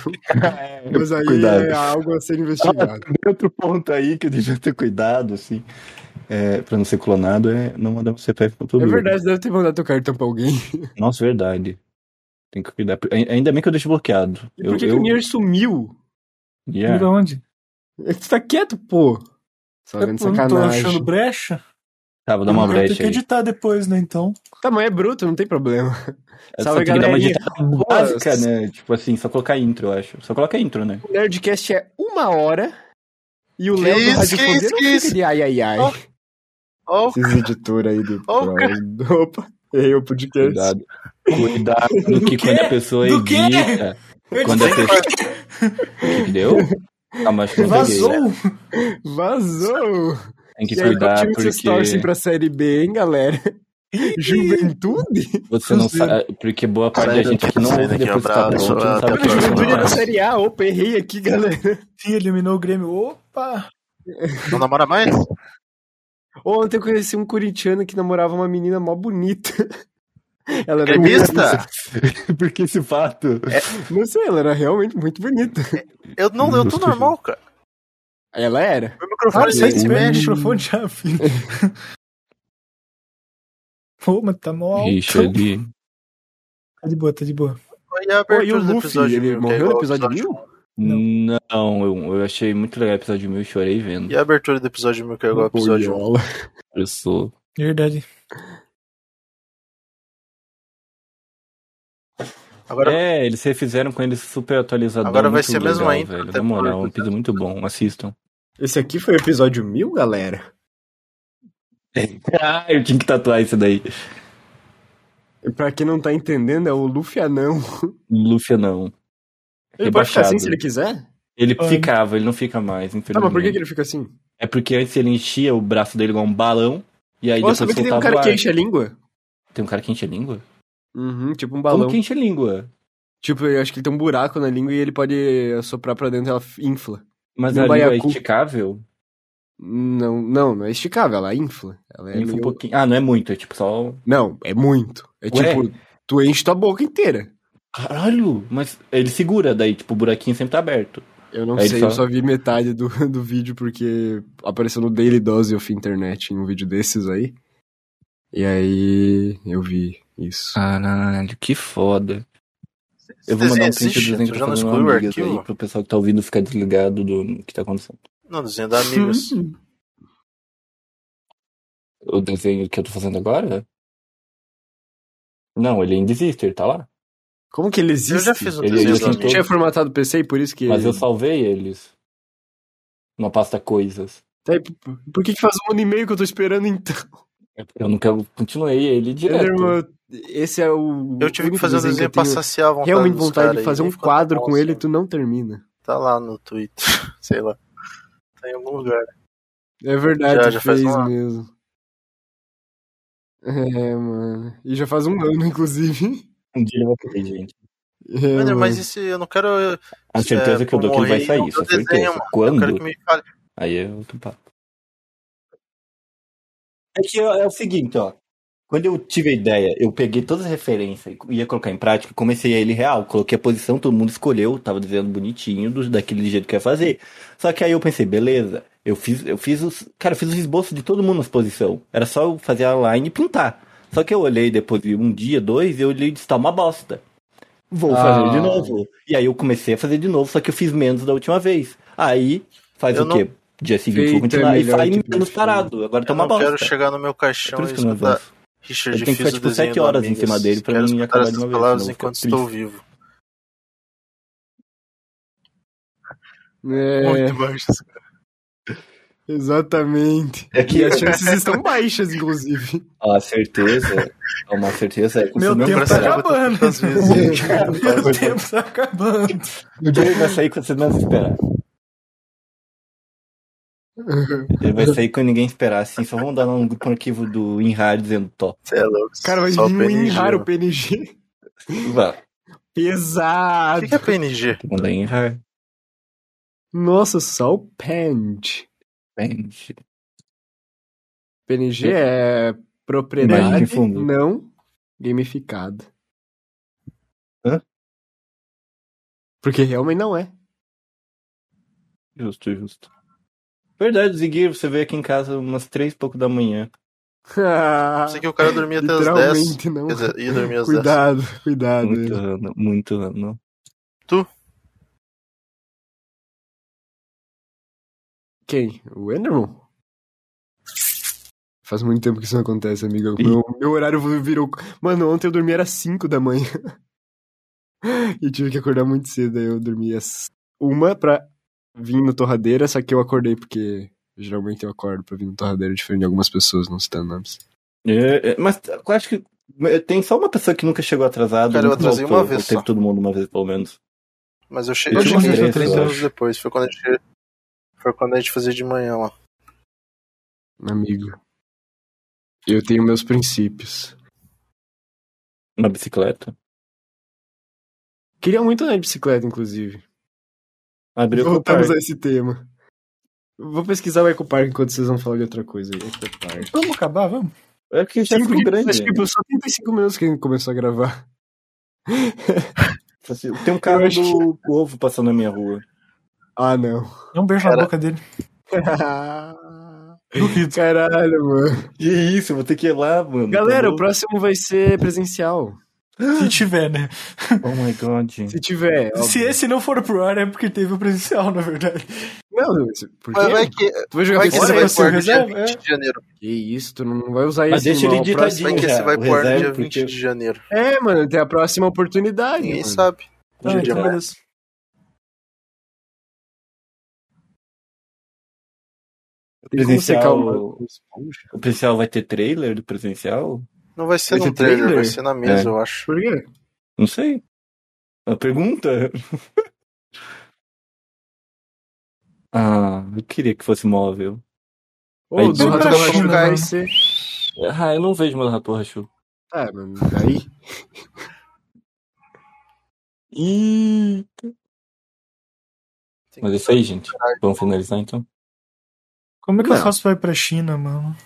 [SPEAKER 2] Mas aí
[SPEAKER 4] Cuidado. Ah,
[SPEAKER 2] é algo a ser investigado.
[SPEAKER 4] Tem outro ponto aí que eu devia ter cuidado, assim, é, pra não ser clonado, é não mandar um CPF pra todo
[SPEAKER 2] É
[SPEAKER 4] mundo.
[SPEAKER 2] verdade, deve ter mandado teu cartão pra alguém.
[SPEAKER 4] Nossa, verdade. Tem que cuidar. Ai- Ainda bem que eu deixo bloqueado.
[SPEAKER 2] E por que, que o Nier sumiu?
[SPEAKER 1] Vira
[SPEAKER 4] Yeah.
[SPEAKER 1] onde?
[SPEAKER 2] É que tu tá quieto, pô. Só
[SPEAKER 1] Eu
[SPEAKER 2] Tá vendo
[SPEAKER 1] não tô achando
[SPEAKER 2] sacanagem.
[SPEAKER 1] brecha.
[SPEAKER 4] Tá, vou dar uma
[SPEAKER 1] Eu tenho
[SPEAKER 4] brecha
[SPEAKER 1] que
[SPEAKER 4] aí.
[SPEAKER 1] editar depois, né, então.
[SPEAKER 2] Tá, mas é bruto, não tem problema.
[SPEAKER 4] Eu
[SPEAKER 2] Salve,
[SPEAKER 4] É só tem que dar uma
[SPEAKER 2] galerinha.
[SPEAKER 4] ditada básica, né? Tipo assim, só colocar intro, eu acho. Só coloca intro, né?
[SPEAKER 2] O Nerdcast é uma hora e o
[SPEAKER 3] Que
[SPEAKER 2] Léo do
[SPEAKER 3] isso, que
[SPEAKER 2] Radiofonia
[SPEAKER 3] isso,
[SPEAKER 2] não
[SPEAKER 3] que
[SPEAKER 2] fica
[SPEAKER 3] isso?
[SPEAKER 2] de ai ai ai.
[SPEAKER 3] Ó, Ó,
[SPEAKER 2] Esses editores aí do
[SPEAKER 3] Ó,
[SPEAKER 2] Pro. Opa, errei o podcast.
[SPEAKER 4] Cuidado. Cuidado do que
[SPEAKER 1] quê?
[SPEAKER 4] quando a pessoa
[SPEAKER 1] Do quê?
[SPEAKER 4] edita. Quando a pessoa. O que deu? Calma, acho que não peguei.
[SPEAKER 1] Vazou!
[SPEAKER 2] Vazou!
[SPEAKER 4] Tem que
[SPEAKER 2] e aí,
[SPEAKER 4] cuidar
[SPEAKER 2] continua essa história assim
[SPEAKER 4] porque
[SPEAKER 2] pra série B, hein, galera? Juventude?
[SPEAKER 4] você não sabe. Porque boa parte da
[SPEAKER 3] Caralho,
[SPEAKER 4] gente que não
[SPEAKER 3] saindo
[SPEAKER 4] ouve
[SPEAKER 3] aqui,
[SPEAKER 4] depois que tá
[SPEAKER 3] abraço,
[SPEAKER 4] pronto, não sabe
[SPEAKER 3] até
[SPEAKER 4] o que
[SPEAKER 3] a próxima.
[SPEAKER 2] Juventude é
[SPEAKER 4] é.
[SPEAKER 2] da série A. Opa, errei aqui, galera.
[SPEAKER 1] Ih, eliminou o Grêmio. Opa!
[SPEAKER 3] não namora mais?
[SPEAKER 2] Ontem eu conheci um corintiano que namorava uma menina mó bonita. Ela era
[SPEAKER 3] Gremista?
[SPEAKER 4] Porque esse fato.
[SPEAKER 2] bonita. Não sei, ela era realmente muito bonita.
[SPEAKER 3] Eu não, eu tô normal, cara.
[SPEAKER 2] Ela era.
[SPEAKER 3] Meu
[SPEAKER 1] Ah,
[SPEAKER 3] microfone
[SPEAKER 1] sai
[SPEAKER 3] sempre
[SPEAKER 1] de
[SPEAKER 3] se
[SPEAKER 1] perto do
[SPEAKER 3] mexe.
[SPEAKER 1] microfone já, filho. Pô, mas tá mó alto.
[SPEAKER 4] Richard.
[SPEAKER 1] Tá de boa, tá de boa.
[SPEAKER 3] Olha a
[SPEAKER 2] Pô, e o
[SPEAKER 3] abertura do
[SPEAKER 2] Luffy,
[SPEAKER 3] episódio
[SPEAKER 2] ele
[SPEAKER 3] mil, que é
[SPEAKER 2] morreu no
[SPEAKER 3] igual ao
[SPEAKER 2] episódio
[SPEAKER 3] episódio
[SPEAKER 2] 1000?
[SPEAKER 4] Não, eu, eu achei muito legal o episódio mil e chorei
[SPEAKER 3] um.
[SPEAKER 4] vendo.
[SPEAKER 3] E a abertura do episódio mil, que é igual ao episódio 1.
[SPEAKER 2] Boiola.
[SPEAKER 4] Eu sou.
[SPEAKER 1] Verdade.
[SPEAKER 2] Tá
[SPEAKER 3] Agora,
[SPEAKER 4] É, eles refizeram com ele super atualizador.
[SPEAKER 3] Agora vai
[SPEAKER 4] muito
[SPEAKER 3] ser mesmo
[SPEAKER 4] legal,
[SPEAKER 3] a intro,
[SPEAKER 4] velho.
[SPEAKER 3] até tá?
[SPEAKER 4] Na moral,
[SPEAKER 3] porque-
[SPEAKER 4] um episódio muito bom. Assistam.
[SPEAKER 2] Esse aqui foi o episódio mil, galera?
[SPEAKER 4] Ah, eu tinha que tatuar isso daí.
[SPEAKER 2] E Pra quem não tá entendendo, é o Luffy anão.
[SPEAKER 4] Luffy não.
[SPEAKER 2] Ele pode ficar
[SPEAKER 4] Rebaixado.
[SPEAKER 2] assim se ele quiser?
[SPEAKER 4] Ele
[SPEAKER 1] Ai.
[SPEAKER 4] ficava, ele não fica mais,
[SPEAKER 2] Tá,
[SPEAKER 4] infelizmente.
[SPEAKER 2] mas por que, que ele fica assim?
[SPEAKER 4] É porque antes ele enchia o braço dele igual um balão. E aí
[SPEAKER 2] Ó,
[SPEAKER 4] depois
[SPEAKER 2] sabe que tem um
[SPEAKER 4] soltava
[SPEAKER 2] cara
[SPEAKER 4] o
[SPEAKER 2] que
[SPEAKER 4] ar.
[SPEAKER 2] enche a língua?
[SPEAKER 4] Tem um cara que enche a língua?
[SPEAKER 2] Uhum, tipo um
[SPEAKER 4] Como
[SPEAKER 2] balão.
[SPEAKER 4] que enche a língua?
[SPEAKER 2] Tipo, eu acho que ele tem um buraco na língua e ele pode soprar pra dentro e ela infla.
[SPEAKER 4] Mas
[SPEAKER 2] No
[SPEAKER 4] a língua é
[SPEAKER 2] baiacu.
[SPEAKER 4] esticável?
[SPEAKER 2] Não, não, não é esticável, ela infla. Ela é
[SPEAKER 4] Infla um
[SPEAKER 2] meio-
[SPEAKER 4] pouquinho. Ah, não é muito, é tipo só.
[SPEAKER 2] Não, é muito. É tipo, tu enche tua boca inteira.
[SPEAKER 4] Caralho! Mas ele segura, daí, tipo, o buraquinho sempre tá aberto.
[SPEAKER 2] Eu não
[SPEAKER 4] Aí
[SPEAKER 2] sei,
[SPEAKER 4] ele
[SPEAKER 2] eu
[SPEAKER 4] fala-
[SPEAKER 2] só vi metade do, do vídeo porque apareceu no Daily Dose of Internet, em um vídeo desses aí. E aí eu vi isso.
[SPEAKER 4] Ah, Caralho, que foda. Eu vou
[SPEAKER 3] Esse
[SPEAKER 4] mandar um
[SPEAKER 3] desenho
[SPEAKER 4] print do
[SPEAKER 3] existe?
[SPEAKER 4] desenho que
[SPEAKER 3] Tu
[SPEAKER 4] eu
[SPEAKER 3] já
[SPEAKER 4] tô
[SPEAKER 3] não
[SPEAKER 4] fazendo
[SPEAKER 3] excluiu o
[SPEAKER 4] no Amigas
[SPEAKER 3] arquivo?
[SPEAKER 4] aí, pro pessoal que tá ouvindo ficar desligado do que tá acontecendo.
[SPEAKER 3] Não, desenho é da Amigos.
[SPEAKER 4] O desenho que eu tô fazendo agora? Não, ele ainda existe, ele tá lá.
[SPEAKER 2] Como que ele existe?
[SPEAKER 3] Eu já fiz um
[SPEAKER 4] Ele-
[SPEAKER 3] desenho
[SPEAKER 4] ele
[SPEAKER 3] da
[SPEAKER 4] tem
[SPEAKER 3] Amigos.
[SPEAKER 4] todo-
[SPEAKER 2] tinha formatado o PC e por isso que...
[SPEAKER 4] Mas eu salvei eles. Na pasta coisas.
[SPEAKER 2] Tá, e por- por que que faz um ano e meio que eu tô esperando então?
[SPEAKER 4] É porque Eu não quero. Continuei ele direto.
[SPEAKER 2] Enderman, é esse é o.
[SPEAKER 3] Eu tive que
[SPEAKER 2] único
[SPEAKER 3] fazer um desenho
[SPEAKER 2] que
[SPEAKER 3] pra
[SPEAKER 2] eu tenho
[SPEAKER 3] saciar a vontade
[SPEAKER 2] Realmente
[SPEAKER 3] dos
[SPEAKER 2] vontade
[SPEAKER 3] cara
[SPEAKER 2] de
[SPEAKER 3] aí,
[SPEAKER 2] fazer um
[SPEAKER 3] aí ficou
[SPEAKER 2] quadro
[SPEAKER 3] bom,
[SPEAKER 2] com ele e
[SPEAKER 3] assim.
[SPEAKER 2] tu não termina.
[SPEAKER 3] Tá lá no Twitter, sei lá. Tá em algum lugar.
[SPEAKER 2] É verdade,
[SPEAKER 3] Já- já faz
[SPEAKER 2] fez
[SPEAKER 3] um ano.
[SPEAKER 2] mesmo. É, mano. E já faz um ano, inclusive.
[SPEAKER 4] Um dia ele vai pedir, gente.
[SPEAKER 2] É,
[SPEAKER 3] Mas, mas
[SPEAKER 2] mano.
[SPEAKER 3] esse eu não quero. Eu
[SPEAKER 4] A certeza
[SPEAKER 3] É,
[SPEAKER 4] que eu dou que ele vai
[SPEAKER 3] morrer,
[SPEAKER 4] sair,
[SPEAKER 3] eu
[SPEAKER 4] isso é
[SPEAKER 3] desenho,
[SPEAKER 4] certeza.
[SPEAKER 3] mano. quero
[SPEAKER 4] Quando?
[SPEAKER 3] que me fale.
[SPEAKER 4] Aí é outro papo. É que ó, é o seguinte, ó. Quando eu tive a ideia, eu peguei todas as referências e ia colocar em prática, comecei a ele real, coloquei a posição, todo mundo escolheu, tava desenhando bonitinho, do, daquele jeito que eu ia fazer. Só que aí eu pensei, beleza, eu fiz, eu fiz os. Cara, eu fiz os esboços de todo mundo nas posição. Era só eu fazer a line e pintar. Só que eu olhei depois de um dia, dois, e eu olhei e disse, tá uma bosta. Vou fazer de
[SPEAKER 2] Ah.
[SPEAKER 4] novo. E aí eu comecei a fazer de novo, só que eu fiz menos da última vez. Aí faz
[SPEAKER 3] Eu
[SPEAKER 4] o
[SPEAKER 3] não-
[SPEAKER 4] quê? Dia seguinte eu vou
[SPEAKER 2] Feito é
[SPEAKER 4] continuar e
[SPEAKER 2] melhor
[SPEAKER 4] sai
[SPEAKER 2] que
[SPEAKER 4] menos
[SPEAKER 2] perfeito.
[SPEAKER 4] parado. Agora tá
[SPEAKER 3] Eu
[SPEAKER 4] uma
[SPEAKER 3] não
[SPEAKER 4] bosta.
[SPEAKER 3] quero chegar no meu
[SPEAKER 4] É
[SPEAKER 3] caixão
[SPEAKER 4] por
[SPEAKER 3] e
[SPEAKER 4] isso que eu não
[SPEAKER 3] escutar.
[SPEAKER 4] avanço.
[SPEAKER 3] Richard,
[SPEAKER 4] Eu tenho que
[SPEAKER 3] fiz
[SPEAKER 4] ficar,
[SPEAKER 3] o
[SPEAKER 4] tipo,
[SPEAKER 3] desenho
[SPEAKER 4] sete
[SPEAKER 3] do
[SPEAKER 4] horas em
[SPEAKER 3] Amigas.
[SPEAKER 4] cima dele pra
[SPEAKER 3] Quero
[SPEAKER 4] mim
[SPEAKER 3] escutar
[SPEAKER 4] acabar de
[SPEAKER 3] essas
[SPEAKER 4] uma vez,
[SPEAKER 3] palavras
[SPEAKER 4] senão eu fico
[SPEAKER 3] enquanto estou
[SPEAKER 4] triste.
[SPEAKER 3] vivo.
[SPEAKER 2] É, É,
[SPEAKER 3] Muito baixo.
[SPEAKER 2] exatamente.
[SPEAKER 4] É
[SPEAKER 2] E as chances estão baixas, inclusive.
[SPEAKER 4] a certeza, é uma certeza é que
[SPEAKER 1] Meu
[SPEAKER 4] esse
[SPEAKER 1] tempo tá
[SPEAKER 3] braço já botou
[SPEAKER 1] acabando.
[SPEAKER 3] tantas vezes.
[SPEAKER 1] Meu tempo tá acabando.
[SPEAKER 4] O dia vai sair quando você menos esperar. Ele vai sair quando ninguém esperar, assim. Só vão dar um grupo um arquivo do InRAR dizendo top.
[SPEAKER 3] Você é louco.
[SPEAKER 2] Cara, vai vir
[SPEAKER 3] só o
[SPEAKER 2] um
[SPEAKER 3] PNG,
[SPEAKER 2] raro
[SPEAKER 3] mano.
[SPEAKER 2] PNG.
[SPEAKER 4] Vá,
[SPEAKER 3] O
[SPEAKER 2] Pesado.
[SPEAKER 3] que que é PNG?
[SPEAKER 4] manda InRAR.
[SPEAKER 2] Nossa, só o PNG.
[SPEAKER 4] Gente,
[SPEAKER 2] PNG é
[SPEAKER 4] Imagem
[SPEAKER 2] propriedade
[SPEAKER 4] de fundo.
[SPEAKER 2] não gamificada.
[SPEAKER 4] Hã?
[SPEAKER 2] Porque realmente não é.
[SPEAKER 4] Justo, justo. Verdade, Zigueiro, você veio aqui em casa umas três e pouco da manhã.
[SPEAKER 3] Pensei que o cara dormia até as 10.
[SPEAKER 2] Literalmente não.
[SPEAKER 3] Quer dizer, ia dormir às 10.
[SPEAKER 2] Cuidado, cuidado.
[SPEAKER 4] Muito ano, muito ano.
[SPEAKER 2] Quem? O Enderman? Faz muito tempo que isso não acontece, amigo.
[SPEAKER 4] Ih.
[SPEAKER 2] Meu, meu horário virou. Mano, ontem eu dormi era 5 da manhã. e tive que acordar muito cedo. Aí eu dormi às uma pra vir no torradeira, só que eu acordei porque geralmente eu acordo pra vir no torradeira, diferente de algumas pessoas, não citando nomes.
[SPEAKER 4] É, é, mas eu acho que mas tem só uma pessoa que nunca chegou atrasada.
[SPEAKER 3] Cara, eu
[SPEAKER 4] nunca
[SPEAKER 3] atrasei
[SPEAKER 4] voltou.
[SPEAKER 3] uma vez
[SPEAKER 4] Ou Teve
[SPEAKER 3] só.
[SPEAKER 4] todo mundo uma vez, pelo menos.
[SPEAKER 3] Mas eu cheguei, eu
[SPEAKER 4] Eu tinha
[SPEAKER 3] cheguei
[SPEAKER 4] interesse,
[SPEAKER 3] três
[SPEAKER 4] eu
[SPEAKER 3] anos
[SPEAKER 4] acho.
[SPEAKER 3] depois. Foi quando a gente. Foi quando a gente fazia de manhã lá.
[SPEAKER 2] Amigo. Eu tenho meus princípios.
[SPEAKER 4] Na bicicleta.
[SPEAKER 2] Queria muito andar de bicicleta, inclusive.
[SPEAKER 4] Abriu o
[SPEAKER 2] Voltamos
[SPEAKER 4] parque.
[SPEAKER 2] a esse tema. Vou pesquisar o Eco Park enquanto vocês vão falar de outra coisa. Eco Park.
[SPEAKER 1] Vamos acabar, vamos?
[SPEAKER 4] É que já ficou grande.
[SPEAKER 2] Acho que tipo, só 35 minutos que a gente começou a gravar.
[SPEAKER 4] Tem um carro
[SPEAKER 2] Eu acho
[SPEAKER 4] do ovo passando na minha rua.
[SPEAKER 2] Ah, não.
[SPEAKER 1] Dá um beijo na
[SPEAKER 3] Cara.
[SPEAKER 1] boca dele. Duvido.
[SPEAKER 2] Caralho, mano.
[SPEAKER 4] Que isso, eu vou ter que ir lá, mano.
[SPEAKER 2] Galera,
[SPEAKER 4] Tá
[SPEAKER 2] o próximo vai ser presencial.
[SPEAKER 1] Se tiver, né?
[SPEAKER 4] bom? Oh my god.
[SPEAKER 2] Se tiver. óbvio.
[SPEAKER 1] Se esse não for pro ar, é porque teve o presencial, na verdade.
[SPEAKER 2] Não, por
[SPEAKER 3] Mas vai
[SPEAKER 2] quê?
[SPEAKER 3] que,
[SPEAKER 2] Tu vai jogar
[SPEAKER 3] vai que
[SPEAKER 2] fora?
[SPEAKER 3] você vai
[SPEAKER 1] você
[SPEAKER 3] pôr no dia
[SPEAKER 1] reserva,
[SPEAKER 3] 20 de janeiro.
[SPEAKER 2] Que isso, tu não vai usar
[SPEAKER 4] Mas
[SPEAKER 2] isso.
[SPEAKER 4] deixa
[SPEAKER 2] não.
[SPEAKER 4] ele
[SPEAKER 2] A próxima-
[SPEAKER 3] Vai
[SPEAKER 4] ditadinho
[SPEAKER 3] que
[SPEAKER 4] já.
[SPEAKER 3] você vai
[SPEAKER 4] o
[SPEAKER 3] pôr no dia
[SPEAKER 4] reserva,
[SPEAKER 3] 20 de janeiro.
[SPEAKER 2] É, mano, tem a próxima oportunidade.
[SPEAKER 3] Ninguém
[SPEAKER 2] mano.
[SPEAKER 3] sabe.
[SPEAKER 1] Ah,
[SPEAKER 3] Dia de
[SPEAKER 1] então
[SPEAKER 3] amanhã.
[SPEAKER 1] beleza.
[SPEAKER 2] Tem como secar
[SPEAKER 4] Presencial-
[SPEAKER 2] uma uma esponja?
[SPEAKER 4] O presencial vai ter trailer do presencial?
[SPEAKER 3] Não vai ser
[SPEAKER 2] Vai
[SPEAKER 3] no
[SPEAKER 2] ter
[SPEAKER 3] trailer,
[SPEAKER 2] trailer?
[SPEAKER 3] vai ser na mesa, eu acho.
[SPEAKER 2] Por quê?
[SPEAKER 4] Não sei. A pergunta. ah, eu queria que fosse móvel.
[SPEAKER 2] Ou
[SPEAKER 4] Aí
[SPEAKER 2] do
[SPEAKER 4] tu-
[SPEAKER 2] Rato
[SPEAKER 1] Tá
[SPEAKER 2] Borrachudo
[SPEAKER 1] achando,
[SPEAKER 2] vai
[SPEAKER 1] né?
[SPEAKER 2] ser.
[SPEAKER 4] Ah, eu não vejo mais a porra, Chu.
[SPEAKER 2] Ah, mano, aí.
[SPEAKER 4] Ih.
[SPEAKER 3] Tem
[SPEAKER 4] Mas é
[SPEAKER 3] que-
[SPEAKER 4] isso aí, gente. Vamos finalizar então?
[SPEAKER 1] Como é que eu
[SPEAKER 2] Não.
[SPEAKER 1] faço pra ir pra China, mano?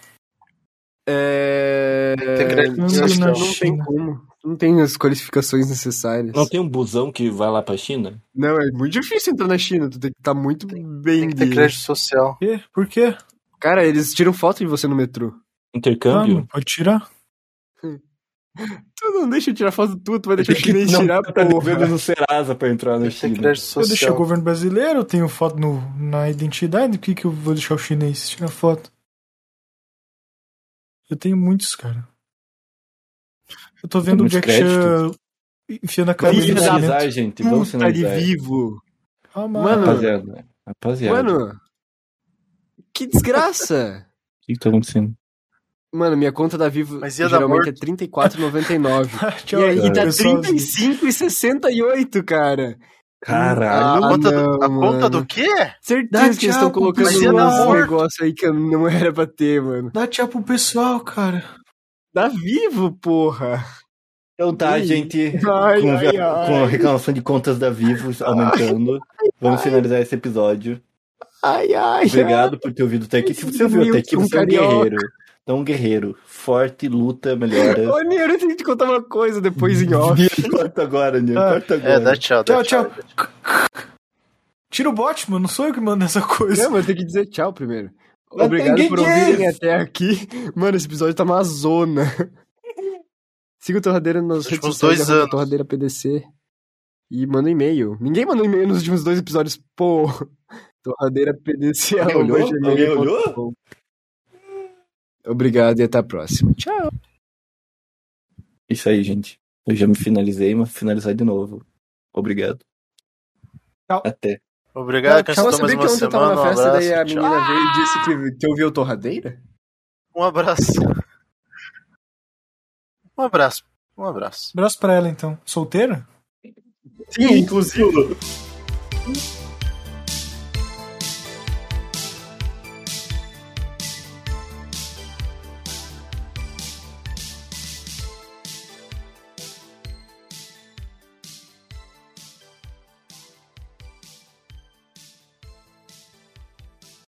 [SPEAKER 2] É...
[SPEAKER 3] Tem crédito
[SPEAKER 2] não,
[SPEAKER 3] social.
[SPEAKER 2] não tem como. Não tem as qualificações necessárias.
[SPEAKER 4] Não tem um busão que vai lá pra China?
[SPEAKER 2] Não, é muito difícil entrar na China. Tu tem que estar muito bem.
[SPEAKER 3] Tem que ter
[SPEAKER 2] de-
[SPEAKER 3] crédito social.
[SPEAKER 1] Quê? Por quê?
[SPEAKER 2] Cara, eles tiram foto de você no metrô.
[SPEAKER 1] Ah,
[SPEAKER 4] Intercâmbio?
[SPEAKER 1] não pode tirar?
[SPEAKER 2] Tu não deixa eu tirar foto tua, tu vai deixar o chinês
[SPEAKER 4] não,
[SPEAKER 2] tirar,
[SPEAKER 4] tá devendo
[SPEAKER 2] porra.
[SPEAKER 4] no Serasa pra entrar na
[SPEAKER 3] Tem que ter
[SPEAKER 4] China.
[SPEAKER 3] crédito
[SPEAKER 1] Eu deixei o
[SPEAKER 3] social.
[SPEAKER 1] governo brasileiro, eu tenho foto no, na identidade, por que, que eu vou deixar o chinês tirar foto? Eu tenho muitos, cara. Eu tô vendo o
[SPEAKER 4] muito
[SPEAKER 1] Jack Chan enfiando a
[SPEAKER 4] Vamos
[SPEAKER 1] câmera no
[SPEAKER 4] finalizar,
[SPEAKER 1] cimento.
[SPEAKER 4] gente. Vamos
[SPEAKER 2] Puta de
[SPEAKER 4] finalizar.
[SPEAKER 2] vivo.
[SPEAKER 1] Calma.
[SPEAKER 2] Mano,
[SPEAKER 4] Rapaziada, né? rapaziada.
[SPEAKER 2] Mano, que desgraça.
[SPEAKER 4] O que que tá acontecendo?
[SPEAKER 2] Mano, minha conta da Vivo
[SPEAKER 3] Mas ia dar
[SPEAKER 2] geralmente é R$34,99.
[SPEAKER 1] Tchau,
[SPEAKER 2] e aí tá
[SPEAKER 1] cara. Pessoal,
[SPEAKER 2] R$35,68, cara.
[SPEAKER 4] Caralho.
[SPEAKER 2] Ah,
[SPEAKER 3] a conta, do, a
[SPEAKER 2] não,
[SPEAKER 3] conta
[SPEAKER 2] mano.
[SPEAKER 3] do quê?
[SPEAKER 1] Dá
[SPEAKER 2] Certeza que eles
[SPEAKER 1] tchau
[SPEAKER 2] estão
[SPEAKER 1] pro
[SPEAKER 2] colocando
[SPEAKER 3] pessoal.
[SPEAKER 2] um negócio aí que não era pra ter, mano.
[SPEAKER 1] Dá tchau pro pessoal, cara.
[SPEAKER 2] Dá vivo, porra.
[SPEAKER 4] Então tá, gente.
[SPEAKER 2] Ai,
[SPEAKER 4] com,
[SPEAKER 2] ai, ai.
[SPEAKER 4] com a reclamação de contas da Vivo aumentando. Vamos finalizar esse episódio.
[SPEAKER 2] Ai, ai.
[SPEAKER 4] Obrigado por ter ouvido até aqui. Se você ouviu até aqui,
[SPEAKER 2] Wilson
[SPEAKER 4] você é um
[SPEAKER 2] Carioca.
[SPEAKER 4] guerreiro. Então, um guerreiro. Forte, luta,
[SPEAKER 2] ai.
[SPEAKER 4] melhora.
[SPEAKER 2] Ô, Nero, eu tenho que te contar uma coisa depois em off.
[SPEAKER 4] Corta agora, Nil.
[SPEAKER 2] Ah,
[SPEAKER 4] Corta agora.
[SPEAKER 3] É, dá tchau. Dá
[SPEAKER 1] Tchau, tchau. Tira o bot, mano. Não sou eu que mando essa coisa.
[SPEAKER 2] Não, mas eu tenho que dizer tchau primeiro.
[SPEAKER 4] Mas
[SPEAKER 2] Obrigado
[SPEAKER 4] tem
[SPEAKER 2] por
[SPEAKER 4] que
[SPEAKER 2] ouvirem
[SPEAKER 4] dizer.
[SPEAKER 2] até aqui. Mano, esse episódio tá uma zona. Siga o Torradeira nas
[SPEAKER 3] Nos
[SPEAKER 2] redes
[SPEAKER 3] últimos
[SPEAKER 2] sociais.
[SPEAKER 3] dois
[SPEAKER 2] arroba
[SPEAKER 3] anos.
[SPEAKER 2] Torradeira PDC. E manda um e-mail. Ninguém mandou e-mail nos últimos dois episódios. Pô. Torradeira PDC.
[SPEAKER 4] Alguém olhou? Alguém olhou?
[SPEAKER 2] Obrigado e até a próxima. Tchau.
[SPEAKER 4] É Isso aí, gente. Eu já me finalizei, mas vou finalizar de novo. Obrigado.
[SPEAKER 1] Tchau.
[SPEAKER 4] Até.
[SPEAKER 3] Obrigado,
[SPEAKER 2] Só
[SPEAKER 3] cancelou mais
[SPEAKER 2] sabia que
[SPEAKER 3] uma
[SPEAKER 2] ontem eu tava na
[SPEAKER 3] semana. Um
[SPEAKER 2] festa, daí a
[SPEAKER 3] abraço.
[SPEAKER 2] menina
[SPEAKER 3] Tchau.
[SPEAKER 2] veio e disse que, que ouviu o Torradeira?
[SPEAKER 3] Um abraço. Um abraço. Um abraço.
[SPEAKER 1] Abraço pra ela, então. Solteira?
[SPEAKER 2] Sim, inclusive.